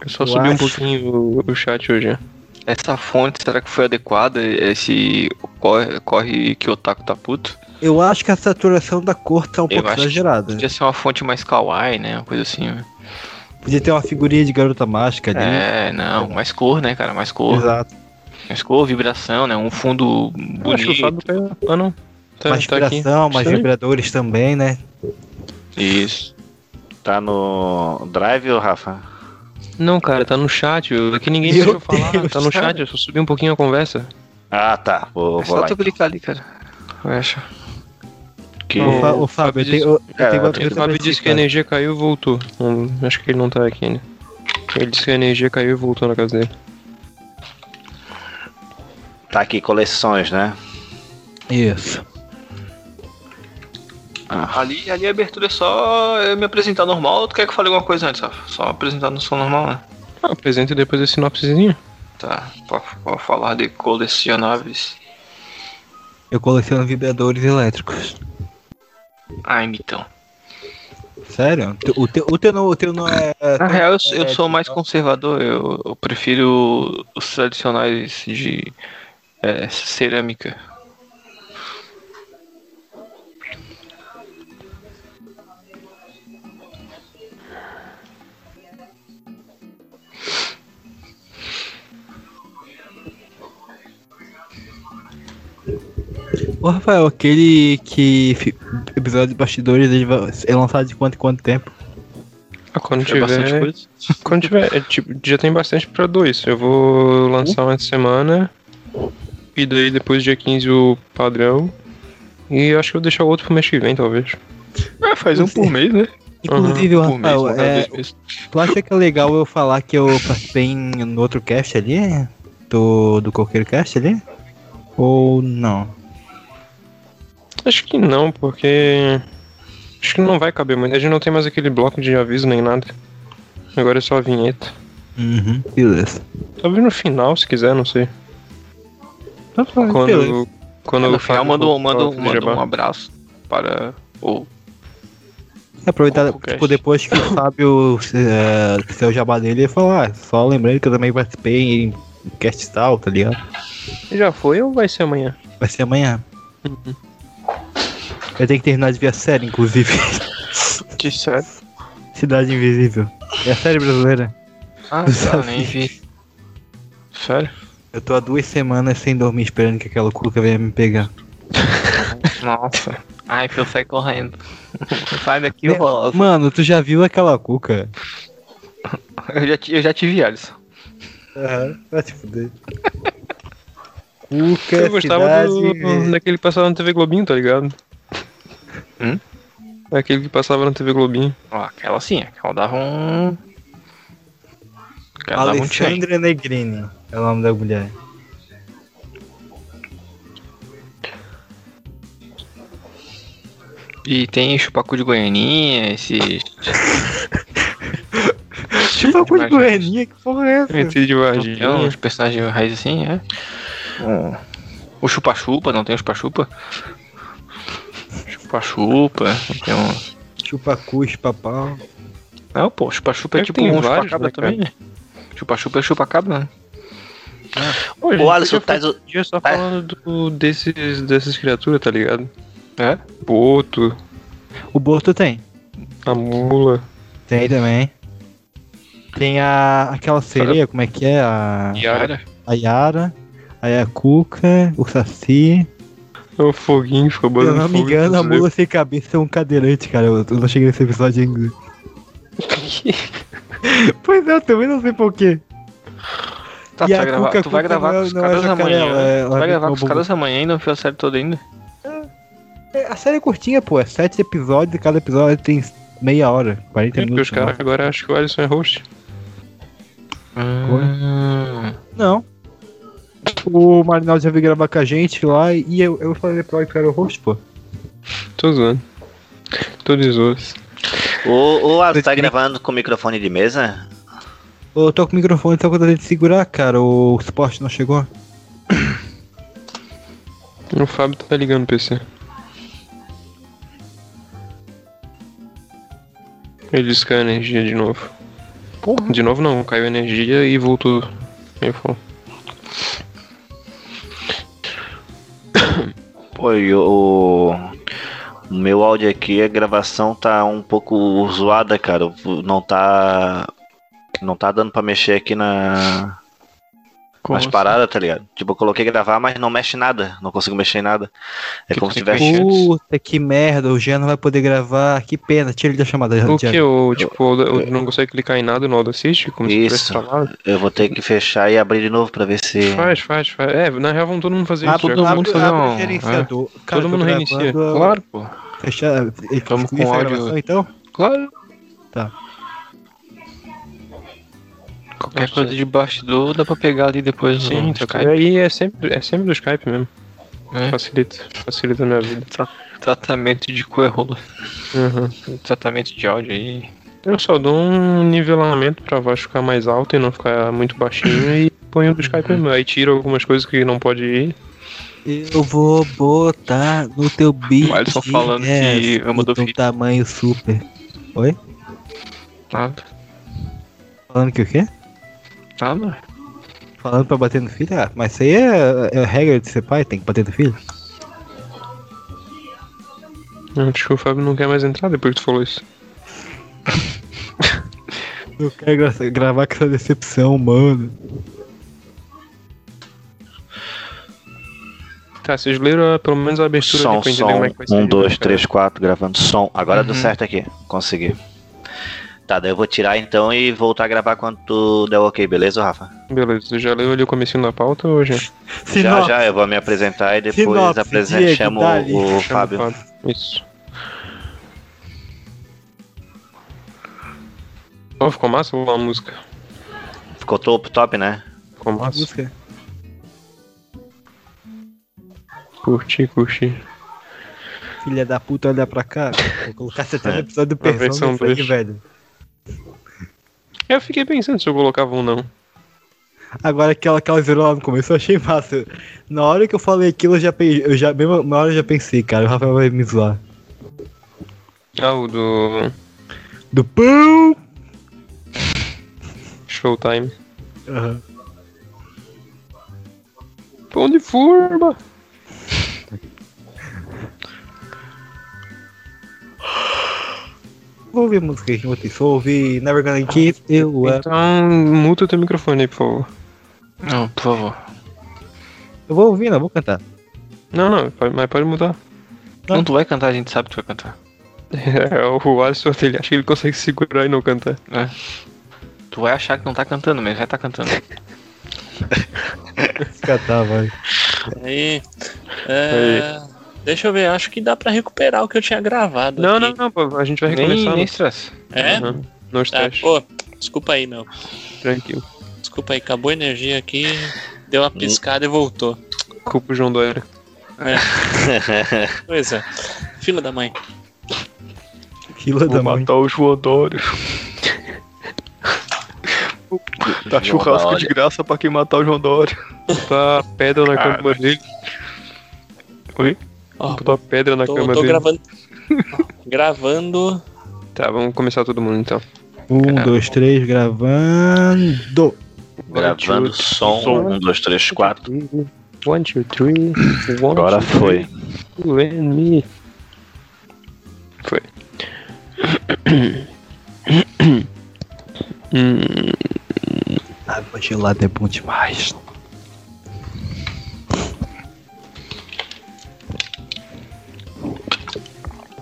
Speaker 2: Eu só subi um pouquinho o, o chat hoje, né?
Speaker 6: Essa fonte, será que foi adequada? Esse corre, corre que o Otaku tá puto?
Speaker 4: Eu acho que a saturação da cor tá um
Speaker 6: Eu
Speaker 4: pouco
Speaker 6: acho que
Speaker 4: exagerada.
Speaker 6: Podia ser uma fonte mais kawaii, né? Uma coisa assim, né?
Speaker 4: Podia ter uma figurinha de garota mágica ali.
Speaker 6: É, não, mais cor, né, cara? Mais cor.
Speaker 4: Exato.
Speaker 6: Mais cor, vibração, né? Um fundo
Speaker 2: Eu acho que o
Speaker 6: bonito.
Speaker 2: Fábio caiu. Ah, não. Tá,
Speaker 4: mais
Speaker 2: tá aqui.
Speaker 4: inspiração, mais
Speaker 2: Estranho.
Speaker 4: vibradores também, né?
Speaker 6: Isso.
Speaker 8: Tá no drive, ô Rafa?
Speaker 2: Não, cara, tá no chat. eu- Aqui ninguém
Speaker 8: Meu
Speaker 2: deixou falar.
Speaker 8: Deus,
Speaker 2: tá no
Speaker 8: cara.
Speaker 2: chat, eu só subi um pouquinho a conversa.
Speaker 8: Ah, tá. Vou,
Speaker 2: É
Speaker 8: vou
Speaker 2: só
Speaker 8: lá.
Speaker 2: tu
Speaker 8: então.
Speaker 6: clicar ali, cara. Vai achar.
Speaker 8: Que-
Speaker 4: Ô, Fa- ô, Fábio, eu tenho- eu- eu
Speaker 2: É,
Speaker 4: tenho uma
Speaker 2: o
Speaker 4: pergunta
Speaker 2: Fábio
Speaker 4: pra ti,
Speaker 2: disse que a
Speaker 4: cara.
Speaker 2: energia caiu e voltou. Hum, acho que ele não tá aqui, né? Ele disse que a energia caiu e voltou na casa dele.
Speaker 8: Tá aqui coleções, né?
Speaker 4: Isso.
Speaker 6: Ali, ali a abertura é só eu me apresentar normal ou tu quer que eu fale alguma coisa antes, Rafa? Só apresentar no som normal, né?
Speaker 2: Ah, apresenta depois a sinopsezinha.
Speaker 6: Tá, pra, pra falar de colecionáveis.
Speaker 4: Eu coleciono vibradores elétricos.
Speaker 6: Ah, então.
Speaker 4: Sério? Tu- O teu, o teu, não, o teu não é.
Speaker 6: Na
Speaker 2: Ah,
Speaker 6: real, eu, sou- eu sou mais conservador, eu, eu prefiro os tradicionais de é, cerâmica.
Speaker 2: é.
Speaker 4: Ô, Rafael, aquele que. fi- Episódio de bastidores ele vai- é lançado de quanto em quanto tempo?
Speaker 2: Ah, quando
Speaker 4: Foi
Speaker 2: tiver.
Speaker 4: bastante coisa?
Speaker 2: Quando tiver. é, tipo, já tem bastante pra dois. Eu vou lançar uma semana. E daí depois dia 15 o padrão. E eu acho que eu vou deixar o outro pro mês que vem, talvez. É, faz um por mês, né?
Speaker 4: Inclusive,
Speaker 2: Aham,
Speaker 4: o
Speaker 2: por mês,
Speaker 4: Rafael,
Speaker 2: uma cada
Speaker 4: é,
Speaker 2: dois meses.
Speaker 4: tu acha que é legal eu falar que eu participei em, no outro cast ali? Do, do Coqueiro Cast ali? Ou não?
Speaker 2: Acho que não, porque. Acho que não vai caber muito. A gente não tem mais aquele bloco de aviso nem nada. Agora é só a vinheta.
Speaker 4: Uhum, beleza.
Speaker 2: Talvez no final, se quiser, não sei.
Speaker 4: beleza.
Speaker 2: Tá Quando. Quando
Speaker 6: Ah,
Speaker 2: eu
Speaker 6: no final,
Speaker 2: falo-
Speaker 6: manda, um- manda, um-
Speaker 2: falo do
Speaker 6: manda
Speaker 2: Jabá.
Speaker 6: um abraço para o
Speaker 4: Aproveitar, tipo, depois que o Fábio é, fizer o jabá dele, ele falar, "Ah, só lembrando que eu também participei em cast tal, tá ligado?
Speaker 2: Já foi ou vai ser amanhã?
Speaker 4: Vai ser amanhã.
Speaker 6: Uhum.
Speaker 4: Eu tenho que terminar de ver a série, inclusive.
Speaker 2: Que série?
Speaker 4: Cidade Invisível. É a série brasileira.
Speaker 6: Ah,
Speaker 4: Eu
Speaker 6: tá,
Speaker 4: só
Speaker 6: nem vi. Sério?
Speaker 4: Eu tô há duas semanas sem dormir esperando que aquela cuca venha me pegar.
Speaker 6: Nossa. Ai, pra eu sair correndo. Sai daqui, eu volto.
Speaker 4: Mano, tu já viu aquela cuca?
Speaker 6: Eu já, ti- eu já tive Alisson.
Speaker 4: Aham, vai te fuder. Cuca,
Speaker 2: Eu gostava
Speaker 4: cidade-
Speaker 2: do, daquele que passava na TV Globinho, tá ligado?
Speaker 6: Hum?
Speaker 8: assim,
Speaker 2: Aquele que passava na TV Globinho.
Speaker 6: Ó, aquela sim, aquela dava um.
Speaker 8: Cara, dava um tchau.
Speaker 4: Alessandra Negrini é o nome da mulher.
Speaker 8: E tem chupacu de goianinha, esse. chupacu
Speaker 4: Tipo de goianinha? Que porra é essa?
Speaker 8: Metido de Varginha, uns personagens raiz assim, é.
Speaker 4: Ah.
Speaker 8: Hum. O chupa-chupa, não tem o chupa-chupa? Chupa-chupa, não tem um.
Speaker 4: Chupacu, chupapau.
Speaker 8: Não, pô, chupa-chupa é
Speaker 4: É que
Speaker 8: tipo
Speaker 4: tem
Speaker 8: um
Speaker 4: vários,
Speaker 8: chupacabra
Speaker 4: né, cara?
Speaker 8: também, né? Chupa-chupa é chupacabra, né?
Speaker 3: Ô, Alisson, tá
Speaker 2: um dia só falando do, desses, dessas criaturas, tá ligado? É? Boto.
Speaker 4: O Boto tem.
Speaker 2: A mula.
Speaker 4: Tem também. Tem a. aquela sereia, como é que é? A.
Speaker 2: Yara.
Speaker 4: A Yara. Aí a Cuca, o Saci.
Speaker 2: É O foguinho ficou
Speaker 4: Se eu
Speaker 2: botando
Speaker 4: não me
Speaker 2: fogo em
Speaker 4: engano, a
Speaker 2: tudo, né?
Speaker 4: mula sem cabeça é um cadeirante, cara. Eu eu não cheguei nesse episódio ainda. pois é, eu também não sei porquê.
Speaker 8: Tá, tu vai gravar, tu vai
Speaker 4: é-
Speaker 8: gravar com os caras amanhã.
Speaker 2: é,
Speaker 8: né? Tu vai gravar com os caras
Speaker 4: amanhã.
Speaker 8: amanhã e não viu a série toda ainda?
Speaker 4: A série é curtinha, pô. É sete episódios e cada episódio tem meia hora, 40
Speaker 8: É,
Speaker 2: Porque
Speaker 4: minutos. né?
Speaker 2: os caras agora acham que o Alisson é host.
Speaker 4: Não. O Marinaldo já veio gravar com a gente lá e eu, eu falei pra ele que era o host, pô.
Speaker 2: Tô zoando. Todos os.
Speaker 3: Ô, ô Alisson, tá gravando com microfone de mesa?
Speaker 4: Eu tô com o microfone, só que eu tentei segurar, cara. O suporte não chegou.
Speaker 2: O Fábio tá ligando o PC. Ele disse que caiu energia de novo. De novo não, caiu energia e voltou. Ele falou.
Speaker 3: Pô, e o. O meu áudio aqui, a gravação tá um pouco zoada, cara. Não tá. Não tá dando pra mexer aqui na.
Speaker 2: Como
Speaker 3: nas
Speaker 2: assim?
Speaker 3: paradas, tá ligado? Tipo, eu coloquei gravar, mas não mexe em nada. Não consigo mexer em nada. É como se tivesse.
Speaker 4: Puta que merda, o Jean não vai poder gravar. Que pena, tira ele da chamada.
Speaker 2: O
Speaker 4: Jean.
Speaker 2: que? O, tipo, o, o- não consegue clicar em nada no Audacity? Como
Speaker 3: Isso.
Speaker 2: se tivesse falado?
Speaker 3: Eu vou ter que fechar e abrir de novo pra ver se.
Speaker 2: Faz, faz, faz. É, na real vamos todo mundo fazer
Speaker 3: Ah,
Speaker 2: isso. já.
Speaker 3: todo
Speaker 2: Todo
Speaker 3: mundo
Speaker 2: mundo fazer
Speaker 3: abre o
Speaker 2: um...
Speaker 3: gerenciador.
Speaker 2: é.
Speaker 3: Cara,
Speaker 2: Todo
Speaker 3: eu
Speaker 2: mundo
Speaker 3: tô
Speaker 2: reinicia.
Speaker 4: gravando eh, a-
Speaker 2: Claro, pô.
Speaker 4: Fechar. Estamos
Speaker 2: com áudio-
Speaker 4: então?
Speaker 2: Claro.
Speaker 4: Tá.
Speaker 8: Qualquer coisa de bastidor dá pra pegar ali depois
Speaker 2: Sim,
Speaker 8: no
Speaker 2: tá
Speaker 8: Skype.
Speaker 2: Aí é sempre, é sempre do Skype mesmo. Facilita, facilita a minha vida.
Speaker 8: Tratamento de coerrola.
Speaker 2: Uhum.
Speaker 8: Um Tratamento de áudio aí.
Speaker 2: Eu só dou um nivelamento pra voz ficar mais alta e não ficar muito baixinho e ponho do Skype mesmo. Aí tiro algumas coisas que não pode ir.
Speaker 4: Eu vou botar no teu bicho.
Speaker 2: O Alisson falando que ama do
Speaker 4: teu tamanho super. Oi?
Speaker 8: Nada.
Speaker 4: Falando que o quê?
Speaker 8: Nada.
Speaker 4: Falando pra bater no filho? Ah, mas isso aí é, é regra de ser pai, tem que bater no filho?
Speaker 2: Eu Acho que o Fábio não quer mais entrar depois que tu falou isso.
Speaker 4: Não quero gra- gravar com essa decepção, mano.
Speaker 2: Tá, vocês leram ah, pelo menos a abertura
Speaker 3: Som,
Speaker 2: ali pra entender como é
Speaker 3: som.
Speaker 2: que vai ser.
Speaker 3: Um, dois, três, quatro, gravando som. Agora deu
Speaker 2: Uhum.
Speaker 3: certo aqui. Consegui. Tá, daí eu vou tirar então e voltar a gravar quando tu der ok, beleza, Rafa?
Speaker 2: Beleza, você já leu ali o comecinho da pauta hoje?
Speaker 3: Já, já, eu vou me apresentar e depois
Speaker 2: Sinopse,
Speaker 3: apresento,
Speaker 2: Diego,
Speaker 3: chamo
Speaker 2: dá-lhe.
Speaker 3: o, o
Speaker 2: Chama o
Speaker 3: Fábio.
Speaker 2: Fábio. Isso. Oh, ficou massa ou a música?
Speaker 3: Ficou top, top, né?
Speaker 2: Ficou massa. Curti, curti.
Speaker 4: Filha da puta, olha pra cá. Vou colocar
Speaker 2: É,
Speaker 4: 70 episódios do
Speaker 2: A versão
Speaker 4: Persona nisso aí,
Speaker 2: dois.
Speaker 4: velho.
Speaker 2: Eu fiquei pensando se eu colocava um não.
Speaker 4: Agora aquela que ela zerou lá no começo, eu achei massa. Na hora que eu falei aquilo, eu já, pe- eu já, mesmo, na hora eu já pensei, cara, o Rafael vai me zoar.
Speaker 2: Ah, o do.
Speaker 4: Do pão!
Speaker 2: Showtime.
Speaker 4: Aham.
Speaker 2: Pão de forma!
Speaker 4: Vou ouvir música que eu botei, só ouvir Never Gonna Give You Up.
Speaker 2: Então, muta o teu microfone aí, por favor.
Speaker 8: Não, por favor.
Speaker 4: Eu vou ouvir, não, vou cantar.
Speaker 2: Não, não, pode- mas pode mudar.
Speaker 8: Não, tu vai cantar, a gente sabe que tu vai cantar.
Speaker 2: É, o Alisson, ele acha que ele consegue segurar e não cantar.
Speaker 8: É. Tu vai achar que não tá cantando, mas vai tá cantando.
Speaker 4: Cantar, vai.
Speaker 12: Aí. é, Deixa eu ver, acho que dá pra recuperar o que eu tinha gravado.
Speaker 2: Não, não, não, pô, a gente vai
Speaker 12: Nem-
Speaker 2: recomeçar. né?
Speaker 12: nem
Speaker 2: não.
Speaker 12: estresse. É?
Speaker 2: Uhum, Não
Speaker 12: Tá,
Speaker 2: estresse.
Speaker 12: pô, Desculpa aí, meu.
Speaker 2: Tranquilo.
Speaker 12: Desculpa aí, acabou a energia aqui, deu uma piscada e voltou.
Speaker 2: Culpa o João Doira.
Speaker 12: É. pois é. Fila da mãe.
Speaker 2: Fila Vou matar o João Doira. Tá
Speaker 3: João
Speaker 2: churrasco
Speaker 3: Doira.
Speaker 2: de graça pra quem matar o João Doria. Botar pedra
Speaker 3: Ah,
Speaker 2: na
Speaker 12: Cara.
Speaker 2: cama dele. Oi? Botar pedra na
Speaker 12: Tô,
Speaker 2: cama
Speaker 12: tô
Speaker 2: dele.
Speaker 12: gravando. gravando.
Speaker 2: Tá, vamos começar todo mundo então.
Speaker 4: Um, dois, três, gravando.
Speaker 3: Gravando som.
Speaker 2: som.
Speaker 3: Um, dois, três, quatro.
Speaker 2: One, two, three. One,
Speaker 3: Agora
Speaker 2: two,
Speaker 3: foi.
Speaker 2: three, you and me. Foi.
Speaker 4: Ah, vou lá é bom demais.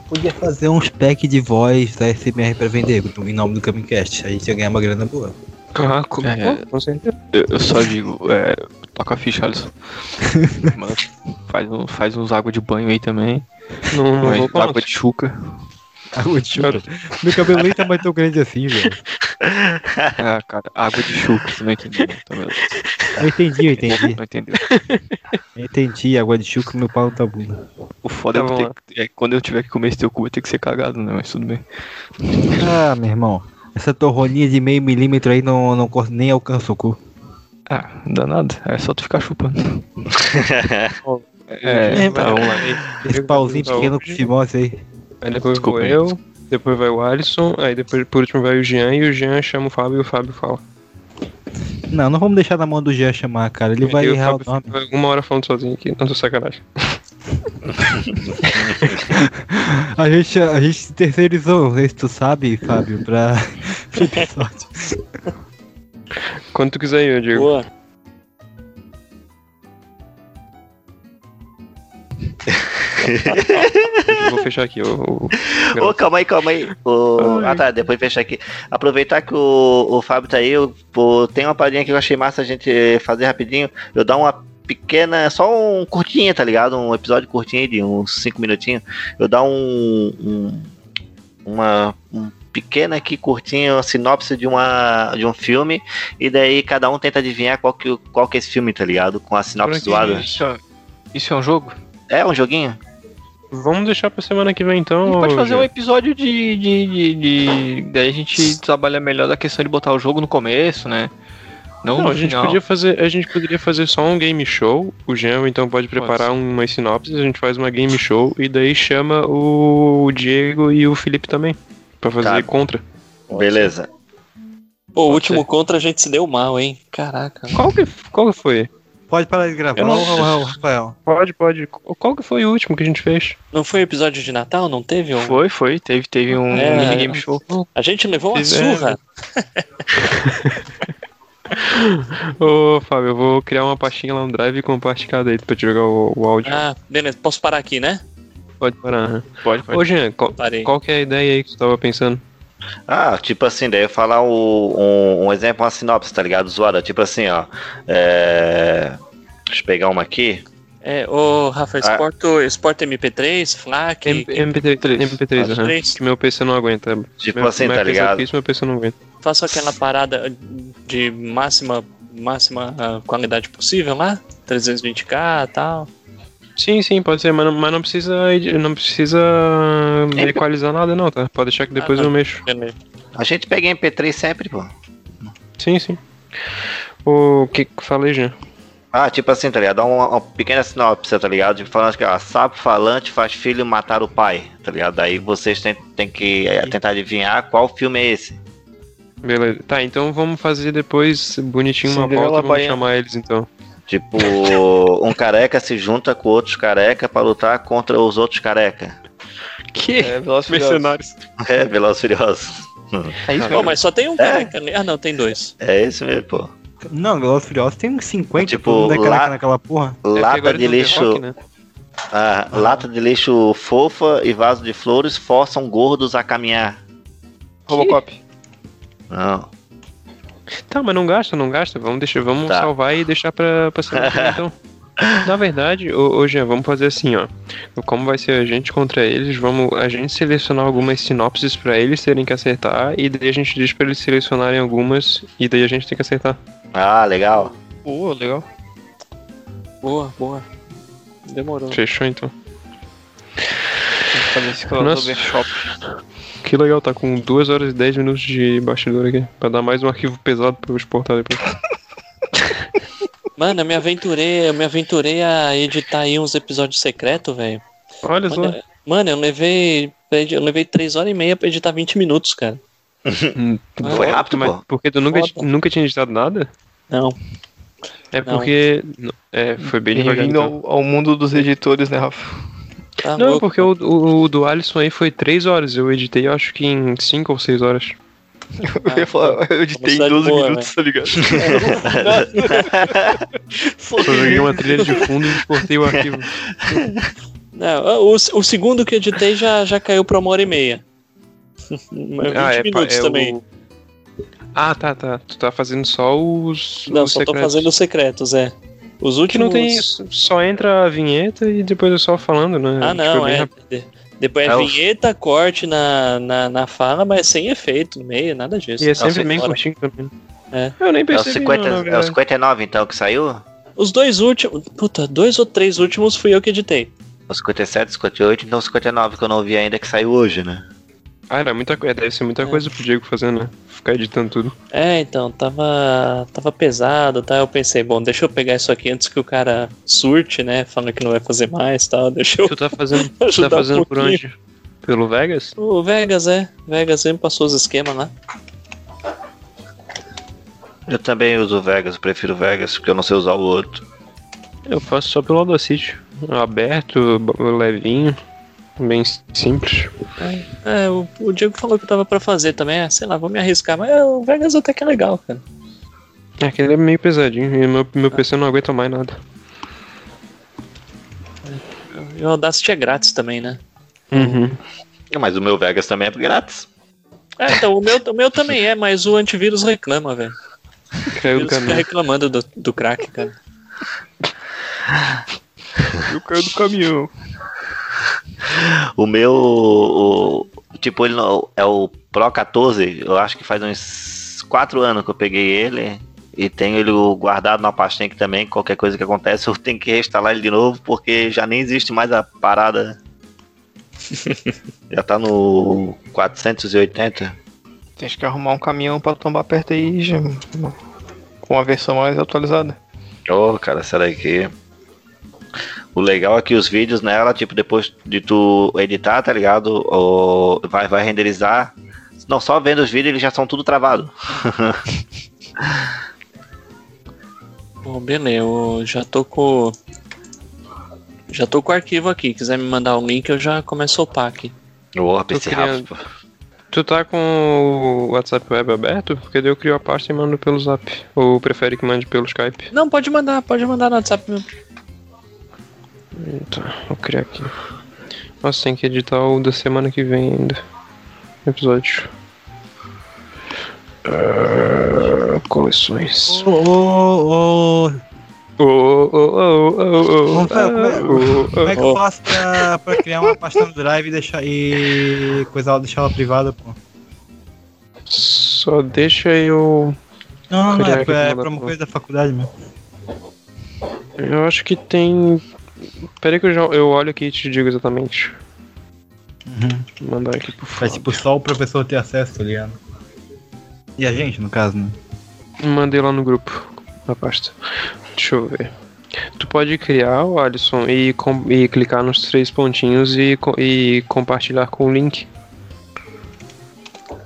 Speaker 4: Podia fazer uns pack de voz da SMR pra vender em nome do Camicast. A gente ia ganhar uma grana boa.
Speaker 2: Ah, com,
Speaker 4: É.
Speaker 2: com certeza. Eu, eu só digo, é, toca a ficha, Alisson. Mano, faz, um, faz uns água de banho aí também.
Speaker 4: Não- não
Speaker 2: Mas
Speaker 4: vou falar.
Speaker 2: água de chuca.
Speaker 4: Água de chuca. Meu cabelo nem tá mais tão grande assim, velho.
Speaker 2: Ah, cara, água de chuca, você não entendeu. Tá vendo?
Speaker 4: Eu entendi, eu entendi.
Speaker 2: Não entendeu.
Speaker 4: Eu entendi, água de chuca meu pau tá bunda.
Speaker 2: O foda
Speaker 4: Tá
Speaker 2: é,
Speaker 4: bom,
Speaker 2: eu ter, que- é que quando eu tiver que comer esse teu cu, vai ter que ser cagado, né? Mas tudo bem.
Speaker 4: Ah, meu irmão. Essa torroninha de meio milímetro aí não, não cor- nem alcança o cu.
Speaker 2: Ah, não dá nada. É só tu ficar chupando.
Speaker 4: É,
Speaker 2: tá,
Speaker 4: mano.
Speaker 2: vamos lá.
Speaker 4: Esse pauzinho pequeno com fimose aí.
Speaker 2: Aí depois vou eu, depois vai o Alisson, aí depois por último vai o Jean e o Jean chama o Fábio e o Fábio fala.
Speaker 4: Não, não vamos deixar na mão do Jean chamar, cara. Ele vai
Speaker 2: Aí o
Speaker 4: errar o
Speaker 2: Fábio
Speaker 4: nome.
Speaker 2: fica uma hora falando sozinho aqui, não tô sacanagem.
Speaker 4: A gente, a gente se terceirizou, se tu sabe, Fábio, pra pra episódio.
Speaker 2: Quando tu quiser eu, Diego.
Speaker 12: Boa.
Speaker 2: vou fechar aqui. Eu, eu-
Speaker 3: Ô, calma aí, calma aí. Ô, ah, tá, depois fechar aqui. Aproveitar que o, o Fábio tá aí, eu, pô, tem uma paradinha que eu achei massa a gente fazer rapidinho. Eu dar uma pequena, só um curtinho, tá ligado? Um episódio curtinho aí de uns 5 minutinhos. Eu dar um. um- uma. Um, Pequena aqui, curtinho, uma sinopse de, uma, de um filme, e daí cada um tenta adivinhar qual que, qual que é esse filme, tá ligado? Com a sinopse do Adam.
Speaker 2: Isso é- Isso é um jogo?
Speaker 3: É um joguinho?
Speaker 2: Vamos deixar pra semana que vem então.
Speaker 8: A gente pode fazer um
Speaker 2: Jean.
Speaker 8: episódio de, de, de, de- Daí a gente trabalha melhor da questão de botar o jogo no começo, né? Não,
Speaker 2: Não,
Speaker 8: no
Speaker 2: a gente
Speaker 8: final.
Speaker 2: podia fazer, a gente poderia fazer só um game show. O Jean então pode preparar umas sinopses, a gente faz uma game show e daí chama o Diego e o Felipe também Pra fazer
Speaker 12: Tá.
Speaker 2: contra.
Speaker 3: Beleza.
Speaker 12: Pô, o último contra a gente se deu mal, hein? Caraca.
Speaker 2: Qual que, qual que foi?
Speaker 4: Pode parar de gravar,
Speaker 2: Eu não-
Speaker 4: o Rafael.
Speaker 2: Pode, pode. Qual que foi o último que a gente fez?
Speaker 12: Não foi o episódio de Natal? Não teve um? É.
Speaker 2: Foi, foi. Teve, teve um minigame show. é.
Speaker 12: A gente levou uma
Speaker 2: Fizemos.
Speaker 12: surra.
Speaker 2: Ô, Fábio, eu vou criar uma pastinha lá no Drive e compartilhar daí pra te jogar o, o áudio.
Speaker 12: Ah, beleza. Posso parar aqui, né?
Speaker 2: Pode parar. aham. Ô, Jean, qual,
Speaker 12: Parei.
Speaker 2: qual que é a ideia aí que tu tava pensando?
Speaker 3: Ah, tipo assim, daí eu falar o- um, um exemplo, uma sinopse, tá ligado? Zoada, tipo assim, ó. É... Deixa eu pegar uma aqui.
Speaker 12: É, ô, Rafa,
Speaker 3: Ah.
Speaker 12: exporta, exporta MP3, FLAC.
Speaker 2: MP3, MP3, aham.
Speaker 12: Três.
Speaker 2: Que meu PC não aguenta.
Speaker 3: Tipo
Speaker 2: meu,
Speaker 3: assim,
Speaker 2: mais
Speaker 3: tá
Speaker 8: é
Speaker 2: pesado
Speaker 3: ligado?
Speaker 2: que Isso, meu PC não aguenta.
Speaker 12: Faço aquela parada de máxima, máxima ah, qualidade possível lá. 320k e tal.
Speaker 2: Sim, sim, pode ser, mas não, mas não precisa, edi- não precisa equalizar nada não, tá? Pode deixar que depois eu mexo.
Speaker 3: A gente pega MP3 sempre, pô.
Speaker 2: Sim, sim. O que que eu falei, Jean?
Speaker 3: Ah, tipo assim, tá ligado? Dá uma, uma pequena sinopse, tá ligado? De falando que, ó, sapo falante faz filho matar o pai, tá ligado? Daí vocês têm, têm que é, tentar adivinhar qual filme é esse.
Speaker 2: Beleza. Tá, então vamos fazer depois bonitinho uma
Speaker 3: Cinderela
Speaker 2: volta e vamos
Speaker 3: Baiana.
Speaker 2: chamar eles então.
Speaker 3: Tipo, um careca se junta com outros careca pra lutar contra os outros careca.
Speaker 2: Que?
Speaker 8: É, Velozes e
Speaker 3: Mercenários. É, Velozes e Furiosos.
Speaker 8: É
Speaker 12: Pô, mas só tem um careca ali. Ah, não, tem dois.
Speaker 3: É esse mesmo, pô.
Speaker 4: Não, Velozes e Furiosos tem uns 50
Speaker 3: Tipo,
Speaker 4: todo mundo é careca
Speaker 3: lá-
Speaker 4: naquela porra.
Speaker 3: Lata de lixo. Ah, Lata de lixo fofa e vaso de flores forçam gordos a caminhar.
Speaker 2: Robocop.
Speaker 3: Não.
Speaker 2: Tá, mas não gasta, não gasta. Vamos deixar, vamos salvar e deixar pra, pra semana que vem, então. Na verdade, ô, ô Jean, vamos fazer assim, ó. Como vai ser a gente contra eles, vamos a gente selecionar algumas sinopses pra eles terem que acertar, e daí a gente diz pra eles selecionarem algumas, e daí a gente tem que acertar.
Speaker 8: Ah, legal.
Speaker 2: Boa, legal.
Speaker 3: Boa, boa. Demorou.
Speaker 2: Fechou então.
Speaker 3: Fazer esse colocar
Speaker 2: Nossa. Que legal, tá com 2 horas e 10 minutos de bastidor aqui, pra dar mais um arquivo pesado pra eu exportar depois.
Speaker 3: Mano, eu me aventurei, eu me aventurei a editar aí uns episódios secretos, velho.
Speaker 2: Olha só.
Speaker 3: Mano, eu- Mano, eu levei. Eu levei 3 horas e meia pra editar 20 minutos, cara.
Speaker 8: Hum, Foi rápido,
Speaker 2: mas
Speaker 8: pô.
Speaker 2: Porque tu nunca, nunca tinha editado nada?
Speaker 3: Não.
Speaker 2: É
Speaker 3: Não.
Speaker 2: porque. É, foi bem devagar.
Speaker 1: Bem-vindo
Speaker 2: então.
Speaker 1: ao, ao mundo dos editores, né, Rafa?
Speaker 3: Tá
Speaker 2: não, porque o, o, o do Alisson aí foi 3 horas. Eu editei, eu acho que em 5 ou 6 horas.
Speaker 1: eu, ia
Speaker 8: Ah,
Speaker 1: falar, eu editei em
Speaker 2: velocidade
Speaker 1: 12
Speaker 2: boa,
Speaker 8: né?
Speaker 1: minutos, tá ligado?
Speaker 2: Eu joguei uma trilha de fundo e exportei o arquivo.
Speaker 3: Não, o, o segundo que eu editei já, já caiu pra uma hora e meia. Mas 20
Speaker 2: Ah, é, pa-
Speaker 3: minutos
Speaker 2: é
Speaker 3: também.
Speaker 2: o- Ah, tá, tá. Tu tá fazendo só os.
Speaker 3: Não,
Speaker 2: os
Speaker 3: só tô fazendo os secretos, é. Os
Speaker 2: Que não
Speaker 3: últimos.
Speaker 2: tem. Só entra a vinheta e depois é só falando, né?
Speaker 3: Ah,
Speaker 2: Tipo,
Speaker 3: não,
Speaker 2: bem
Speaker 3: é.
Speaker 2: rápido.
Speaker 3: de- Depois é,
Speaker 2: É o-
Speaker 3: vinheta, corte na, Ah, na, na fala, mas sem efeito no meio, nada disso.
Speaker 2: E é sempre bem
Speaker 3: Fora.
Speaker 2: curtinho também.
Speaker 3: É.
Speaker 2: Eu nem
Speaker 8: É os, 50, é os 59 então que saiu?
Speaker 3: Os dois últimos. Puta, dois ou três últimos fui eu que editei.
Speaker 8: Os 57, 58, então os 59 que eu não ouvi ainda que saiu hoje, né?
Speaker 2: Ah, era muita coisa. Deve ser muita coisa pro Diego fazer, né? Ficar editando tudo.
Speaker 3: É, então, tava. tava pesado, tá? Eu pensei, bom, deixa eu pegar isso aqui antes que o cara surte, né? Falando que não vai fazer mais e tal. Deixa eu.
Speaker 2: Tu tá fazendo, tu
Speaker 3: ajudar
Speaker 2: tá
Speaker 3: um
Speaker 2: fazendo por
Speaker 3: pouquinho.
Speaker 2: onde? Pelo Vegas?
Speaker 3: O Vegas, é. Vegas sempre passou os esquemas lá.
Speaker 8: Eu também uso o Vegas, eu prefiro o Vegas porque eu não sei usar o outro.
Speaker 2: Eu faço só pelo Audacity. Aberto, b- levinho, bem s- simples.
Speaker 3: É, o, o Diego falou que tava pra fazer também. é, sei lá, vou me arriscar, mas é, o Vegas até que é legal, cara.
Speaker 2: É, Aquele é meio pesadinho e meu, meu PC não aguenta mais nada.
Speaker 3: E o Audacity é grátis também, né?
Speaker 2: Uhum.
Speaker 8: Mas o meu Vegas também é grátis.
Speaker 3: É, então, o meu, o meu também é, mas o antivírus reclama, velho.
Speaker 2: Caiu
Speaker 3: do Fica reclamando do, do crack, cara.
Speaker 2: Eu caio do caminhão.
Speaker 8: O meu. o- tipo, ele não, é o Pro 14, eu acho que faz uns 4 anos que eu peguei ele. E tenho ele guardado na pastinha aqui também. Qualquer coisa que acontece, eu tenho que reinstalar ele de novo, porque já nem existe mais a parada. já tá no 480.
Speaker 1: Tem que arrumar um caminhão pra tombar perto aí, já, com a versão mais atualizada.
Speaker 8: Ô, cara, será que. O legal é que os vídeos nela, tipo, depois de tu editar, tá ligado? Ou vai, vai renderizar. Não, só vendo os vídeos eles já são tudo travado.
Speaker 3: Bom, beleza, eu já tô com. Já tô com o arquivo aqui. Quiser me mandar um link, eu já começo a upar aqui.
Speaker 8: Ô,
Speaker 2: Eu
Speaker 8: PC
Speaker 2: queria-
Speaker 8: rápido, pô.
Speaker 2: Tu tá com o WhatsApp Web aberto? Porque daí eu crio a pasta e mando pelo Zap. Ou prefere que mande pelo Skype?
Speaker 3: Não, pode mandar, pode mandar no WhatsApp mesmo.
Speaker 2: Eita, Tá, vou criar aqui. Nossa, tem que editar o da semana que vem ainda. Episódio. Ah, coleções.
Speaker 4: Ô, ô, ô.
Speaker 2: Ô, ô, ô, ô, ô, ô.
Speaker 4: Rafael, como é-
Speaker 2: ô, ô,
Speaker 4: Como é que
Speaker 2: ô.
Speaker 4: eu faço pra, pra criar uma pasta no Drive e deixar e coisa deixar ela privada, pô?
Speaker 2: Só deixa eu.
Speaker 4: Não, não, não, é,
Speaker 2: criar aqui
Speaker 4: pra- é
Speaker 2: e
Speaker 4: pra
Speaker 2: mandar
Speaker 4: uma
Speaker 2: pro-
Speaker 4: coisa da faculdade mesmo.
Speaker 2: Eu acho que tem. Peraí que eu, já, eu olho aqui e te digo exatamente. Vou mandar aqui pro
Speaker 4: Pra tipo só o professor ter acesso, tá ligado? E a gente, no caso, né?
Speaker 2: Mandei lá no grupo, na pasta. Deixa eu ver. Tu pode criar o Alisson e, com- e clicar nos três pontinhos e, co- e compartilhar com o link.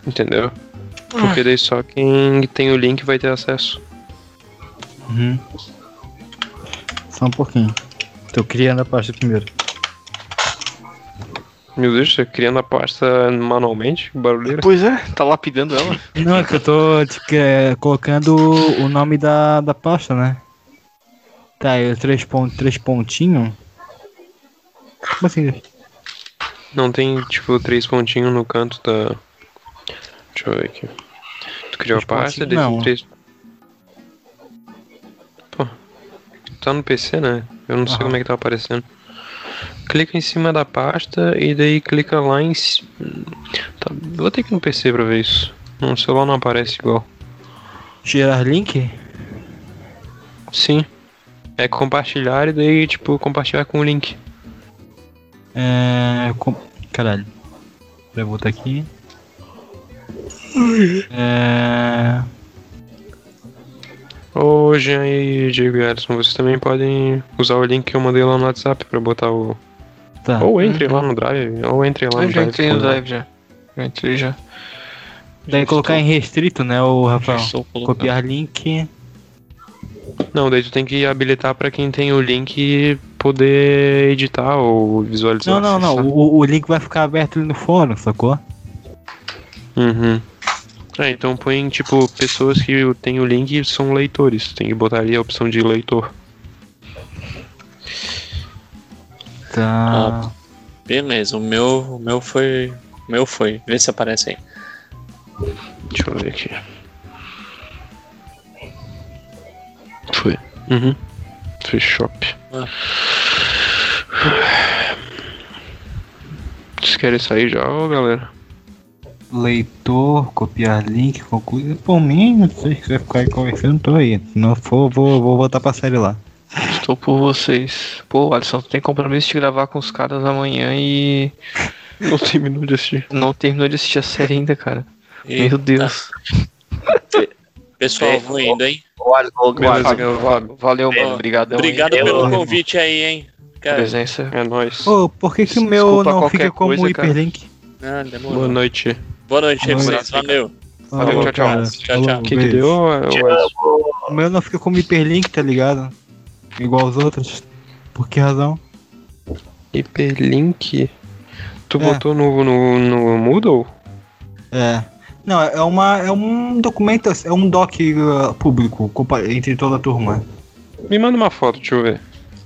Speaker 2: Entendeu? Porque daí só quem tem o link vai ter acesso.
Speaker 4: Uhum. Só um pouquinho. Tô criando a pasta primeiro.
Speaker 2: Meu Deus, você criando a pasta manualmente? Que barulheira.
Speaker 1: Pois é, tá lapidando ela.
Speaker 4: Não, é que eu tô tipo, é, colocando o nome da, da pasta, né? Tá, aí os três, pon três pontinhos. Como assim?
Speaker 2: Não tem, tipo, três pontinhos no canto da. Deixa eu ver aqui. Tu criou a
Speaker 4: Três
Speaker 2: pasta,
Speaker 4: pontinhos,
Speaker 2: daí tem
Speaker 4: não.
Speaker 2: três. Pô. tá no PC, né? Eu não sei como é que tá aparecendo. Clica em cima da pasta e daí clica lá em. ci- Tá, vou ter que ir no PC pra ver isso. No celular não aparece igual.
Speaker 4: Tirar link?
Speaker 2: Sim. É compartilhar e daí, tipo, compartilhar com o link.
Speaker 4: É. Com... Caralho. Vai voltar aqui. É.
Speaker 2: Ô, Jean e Diego e Alisson, vocês também podem usar o link que eu mandei lá no WhatsApp pra botar o.
Speaker 4: Tá.
Speaker 2: Ou entre lá no Drive, ou entre lá
Speaker 1: Eu
Speaker 2: no
Speaker 1: já
Speaker 2: Drive.
Speaker 1: entrei no
Speaker 2: quando-
Speaker 1: drive já. Já entrei já.
Speaker 4: Daí colocar em restrito, né, o Rafael?
Speaker 2: estou colocando.
Speaker 4: Copiar link.
Speaker 2: Não, daí tu tem que habilitar pra quem tem o link poder editar ou visualizar.
Speaker 4: Não, não, não.
Speaker 2: acessar.
Speaker 4: O, o link vai ficar aberto ali no fórum, sacou?
Speaker 2: Uhum. É, então põe, tipo, pessoas que têm o link e são leitores. Tem que botar ali a opção de leitor.
Speaker 4: Tá.
Speaker 6: Beleza, o meu, o meu foi. O meu foi. Vê se aparece aí.
Speaker 2: Deixa eu ver aqui. Foi. Uhum. Fechou. Vocês querem sair já, ô, galera?
Speaker 4: Leitor, copiar link, concluir. Por mim, não sei se quiser ficar aí conversando, tô aí. Se não for, vou, vou voltar pra série lá.
Speaker 1: Estou por vocês. Pô, Alisson, tu tem compromisso de gravar com os caras amanhã e.
Speaker 2: Não terminou de assistir.
Speaker 1: Não terminou de assistir a série ainda, cara.
Speaker 6: Eita.
Speaker 1: Meu Deus.
Speaker 6: Pessoal, vou indo, hein?
Speaker 8: Olha,
Speaker 1: Beleza, Fábio. Valeu, mano. Obrigadão.
Speaker 6: Obrigado
Speaker 1: aí.
Speaker 6: pelo
Speaker 1: Valeu.
Speaker 6: convite aí, hein? Cara,
Speaker 1: Presença.
Speaker 2: É nóis.
Speaker 4: Ô, por que, que o meu
Speaker 2: Desculpa
Speaker 4: não
Speaker 2: qualquer
Speaker 4: fica como
Speaker 2: coisa, cara.
Speaker 4: hiperlink?
Speaker 6: ah, demorou.
Speaker 2: Boa noite.
Speaker 6: Boa noite aí pra
Speaker 4: Boa
Speaker 6: vocês. Valeu.
Speaker 2: Valeu, tchau, tchau.
Speaker 4: cara.
Speaker 2: Tchau,
Speaker 4: Falou,
Speaker 2: tchau. Que que
Speaker 4: beijo.
Speaker 2: deu, ô, ô, Te amo.
Speaker 4: O meu não fica como hiperlink, tá ligado? Igual os outros. Por que razão?
Speaker 2: Hiperlink? Tu
Speaker 4: É.
Speaker 2: botou no, no, no Moodle?
Speaker 4: É. Não, é uma é um documento, é um doc uh, público compa- entre toda a turma.
Speaker 2: Me manda uma foto, deixa eu ver.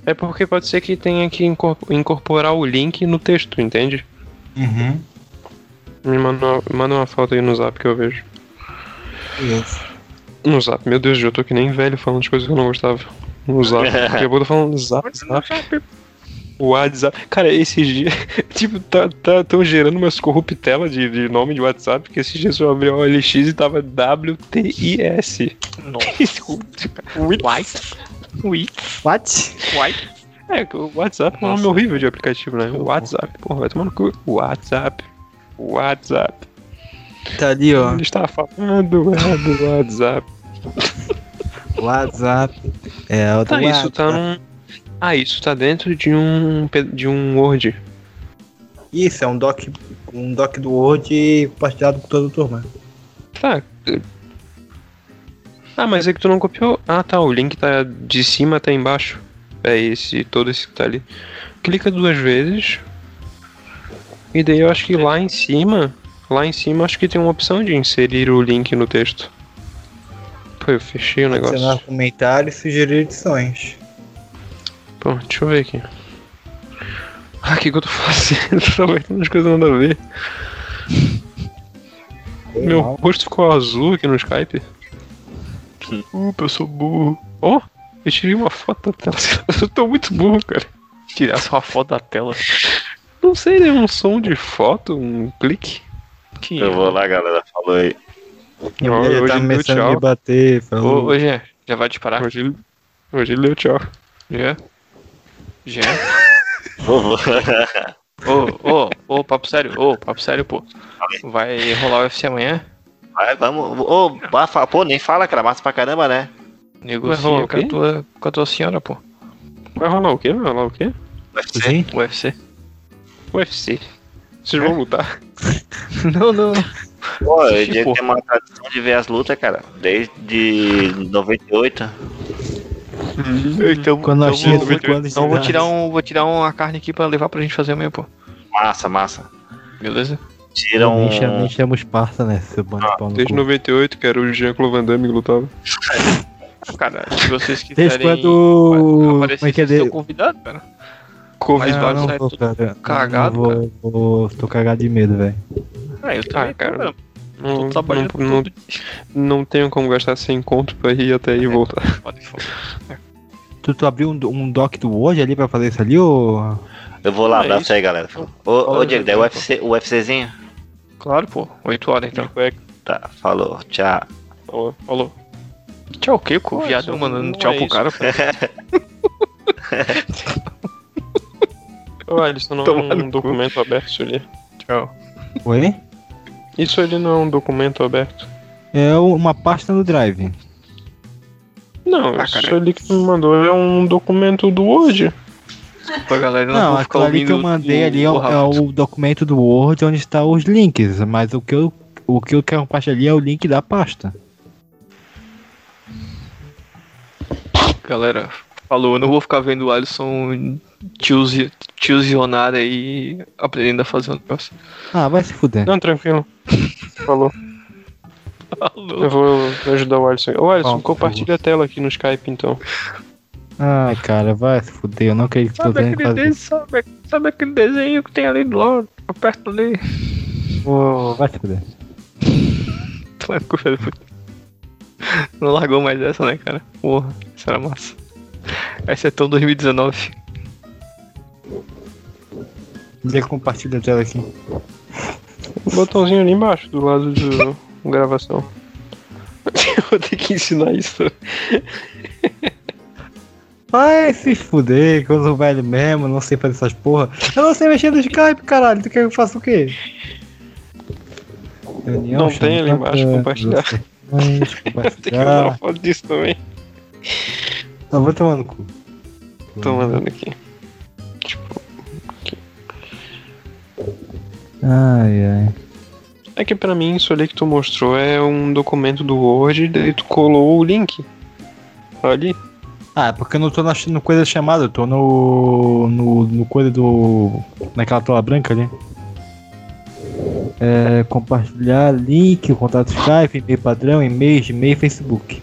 Speaker 2: É porque pode ser que tenha que incor- incorporar o link no texto, entende?
Speaker 4: Uhum.
Speaker 2: Me manda uma, manda uma foto aí no zap que eu vejo. No zap, meu Deus, eu tô que nem velho falando de coisas que eu não gostava. No zap, daqui a pouco eu tô falando zap, zap. WhatsApp. Cara, esses dias, tipo, tá, tá, tão gerando umas corruptelas de, de nome de WhatsApp, que esses dias eu abri um o OLX e tava WTIS.
Speaker 6: What?
Speaker 2: What?
Speaker 4: What?
Speaker 2: What? É, que o WhatsApp é um nome horrível de aplicativo, né? WhatsApp, porra, vai tomar no cu. WhatsApp. WhatsApp.
Speaker 4: Tá ali, ó.
Speaker 2: Ele está falando é do WhatsApp.
Speaker 4: WhatsApp. É, o do
Speaker 2: Tá, isso tá
Speaker 4: WhatsApp.
Speaker 2: num. Ah, isso tá dentro de um. pe- de um Word.
Speaker 4: Isso, é um doc, um doc do Word compartilhado com toda a turma.
Speaker 2: Tá. Ah, mas é que tu não copiou. Ah, tá. O link tá de cima até embaixo. É esse, todo esse que tá ali. Clica duas vezes. E daí eu acho que lá em cima. Lá em cima acho que tem uma opção de inserir o link no texto. Pô, eu fechei o negócio.
Speaker 4: Adicionar comentários e sugerir edições.
Speaker 2: Pô, deixa eu ver aqui. Ah, o que, que eu tô fazendo? Tô apertando as coisas nada a ver. Meu rosto ficou azul aqui no Skype. Desculpa, eu sou burro. Ó, eu tirei uma foto da tela. Eu tô muito burro, cara.
Speaker 1: Tirar só uma foto da tela.
Speaker 2: Não sei, né? Um som de foto, um clique. Que
Speaker 8: Eu vou lá, galera. Falou aí.
Speaker 2: Ó,
Speaker 4: Ele
Speaker 2: hoje
Speaker 4: tá
Speaker 2: ele deu
Speaker 4: começando a me
Speaker 2: tchau.
Speaker 4: bater, falou.
Speaker 1: Ô, ô Jean, já vai disparar?
Speaker 2: Hoje ele, hoje ele deu tchau.
Speaker 1: Jean? Jean? Ô, ô, ô, papo sério, ô, papo sério, pô. Vai rolar o UFC amanhã?
Speaker 8: Vai, vamos. Ô, bafa- pô, nem fala, cara. Massa pra caramba, né?
Speaker 1: Negocia
Speaker 2: Vai rolar o
Speaker 1: com, a
Speaker 2: quê?
Speaker 1: tua, com a tua senhora, pô.
Speaker 2: Vai rolar o quê? Vai rolar o quê?
Speaker 4: Sim?
Speaker 1: UFC.
Speaker 2: UFC. Vocês vão lutar?
Speaker 1: Não, não.
Speaker 8: Pô, o Diego
Speaker 1: Tipo.
Speaker 8: tem uma tradição de ver as lutas, cara. Desde 98.
Speaker 1: Então,
Speaker 4: Quando nós
Speaker 1: então,
Speaker 4: tínhamos cinco
Speaker 1: vou,
Speaker 4: anos de
Speaker 1: então vou
Speaker 4: idade.
Speaker 1: tirar um, vou tirar uma carne aqui pra levar pra gente fazer amanhã, pô.
Speaker 8: Massa, massa.
Speaker 1: Beleza?
Speaker 8: Tira um.
Speaker 4: Nem cham- nem chamamos parça, né? Seu bando de pau no
Speaker 2: Ah, Desde
Speaker 4: cu.
Speaker 2: 98, que era o Jean-Claude Van Damme que lutava.
Speaker 1: Então, Cara, se vocês
Speaker 4: Desde
Speaker 1: quiserem
Speaker 4: quando. Como é que
Speaker 1: ser
Speaker 4: é dele?
Speaker 1: convidado, cara.
Speaker 4: Ah,
Speaker 1: Covid
Speaker 4: eu
Speaker 1: vários
Speaker 4: não
Speaker 1: sai
Speaker 4: vou,
Speaker 1: tudo
Speaker 4: né, cara. Eu
Speaker 1: cagado,
Speaker 4: não vou, vou- tô cagado de medo, velho.
Speaker 1: Ah, eu também, cara.
Speaker 2: Não,
Speaker 1: trabalhando
Speaker 2: não,
Speaker 1: É.
Speaker 2: não, não tenho como gastar 100 conto pra ir até aí e voltar.
Speaker 4: Tu, tu abriu um, um doc do Word ali pra fazer isso ali, ou...
Speaker 8: Eu vou
Speaker 2: É
Speaker 8: lá,
Speaker 4: Ah,
Speaker 8: abraço
Speaker 4: isso.
Speaker 8: aí, galera. Ô, ô Diego, daí o UFC, o UFCzinho?
Speaker 1: Claro, pô. 8 horas então.
Speaker 8: Tá, falou, tchau.
Speaker 1: Falou. falou. Tchau, o que, pô? Viado,
Speaker 2: um
Speaker 1: mandando tchau pro cara. Ô, Alisson, não
Speaker 15: Tomar
Speaker 1: é
Speaker 15: no
Speaker 1: um documento aberto isso ali. Tchau.
Speaker 4: Oi?
Speaker 1: Isso ali não é um documento aberto.
Speaker 4: É uma pasta no Drive.
Speaker 1: Não, isso ali que tu me mandou é um documento do Word.
Speaker 16: Pra galera
Speaker 4: Não,
Speaker 16: um
Speaker 4: aquilo ali que eu mandei ali é o, é o documento do Word onde estão os links, mas o que eu, o que eu quero compartilhar ali é o link da pasta.
Speaker 16: Galera, falou, eu não vou ficar vendo o Alisson tiozio- tiozionário aí aprendendo a fazer um negócio.
Speaker 4: Ah, vai se fuder.
Speaker 1: Não, tranquilo. Falou. Eu vou ajudar o Alisson. Ô, Alisson, compartilha a tela aqui no Skype, então.
Speaker 4: Ai, Ah, cara, vai se fuder, eu não acredito que eu
Speaker 1: Sabe
Speaker 4: tenho que
Speaker 1: aquele
Speaker 4: fazer.
Speaker 1: desenho, sabe, sabe aquele desenho que tem ali do lado, perto ali?
Speaker 4: Ô, vai se fuder.
Speaker 16: Tu é coisa do- Não largou mais essa, né, cara? Porra, isso era massa. Essa é tão 2019.
Speaker 4: Já compartilha a tela aqui.
Speaker 1: O botãozinho ali embaixo, do lado do gravação. Eu vou ter que ensinar isso.
Speaker 4: Vai se fuder, que eu sou velho mesmo, não sei fazer essas porra. Eu não sei mexer no Skype, caralho, tu quer que eu faça o quê? Reunião,
Speaker 1: Não
Speaker 4: chama
Speaker 1: tem ali
Speaker 4: pra
Speaker 1: embaixo
Speaker 4: cá,
Speaker 1: compartilhar.
Speaker 4: vocês,
Speaker 1: Tem que mandar
Speaker 4: compartilhar.
Speaker 1: uma foto disso também.
Speaker 4: Não, vou tomar no cu.
Speaker 1: Tô mandando aqui.
Speaker 4: Ai, ai.
Speaker 1: É que pra mim isso ali que tu mostrou é um documento do Word daí tu colou o link. Ali.
Speaker 4: Ah, é porque eu não tô achando coisa chamada, eu tô no. no. no coisa do. naquela tela branca ali. É, compartilhar link, o contato Skype, e-mail padrão, e-mail, Gmail, Facebook.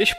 Speaker 6: Este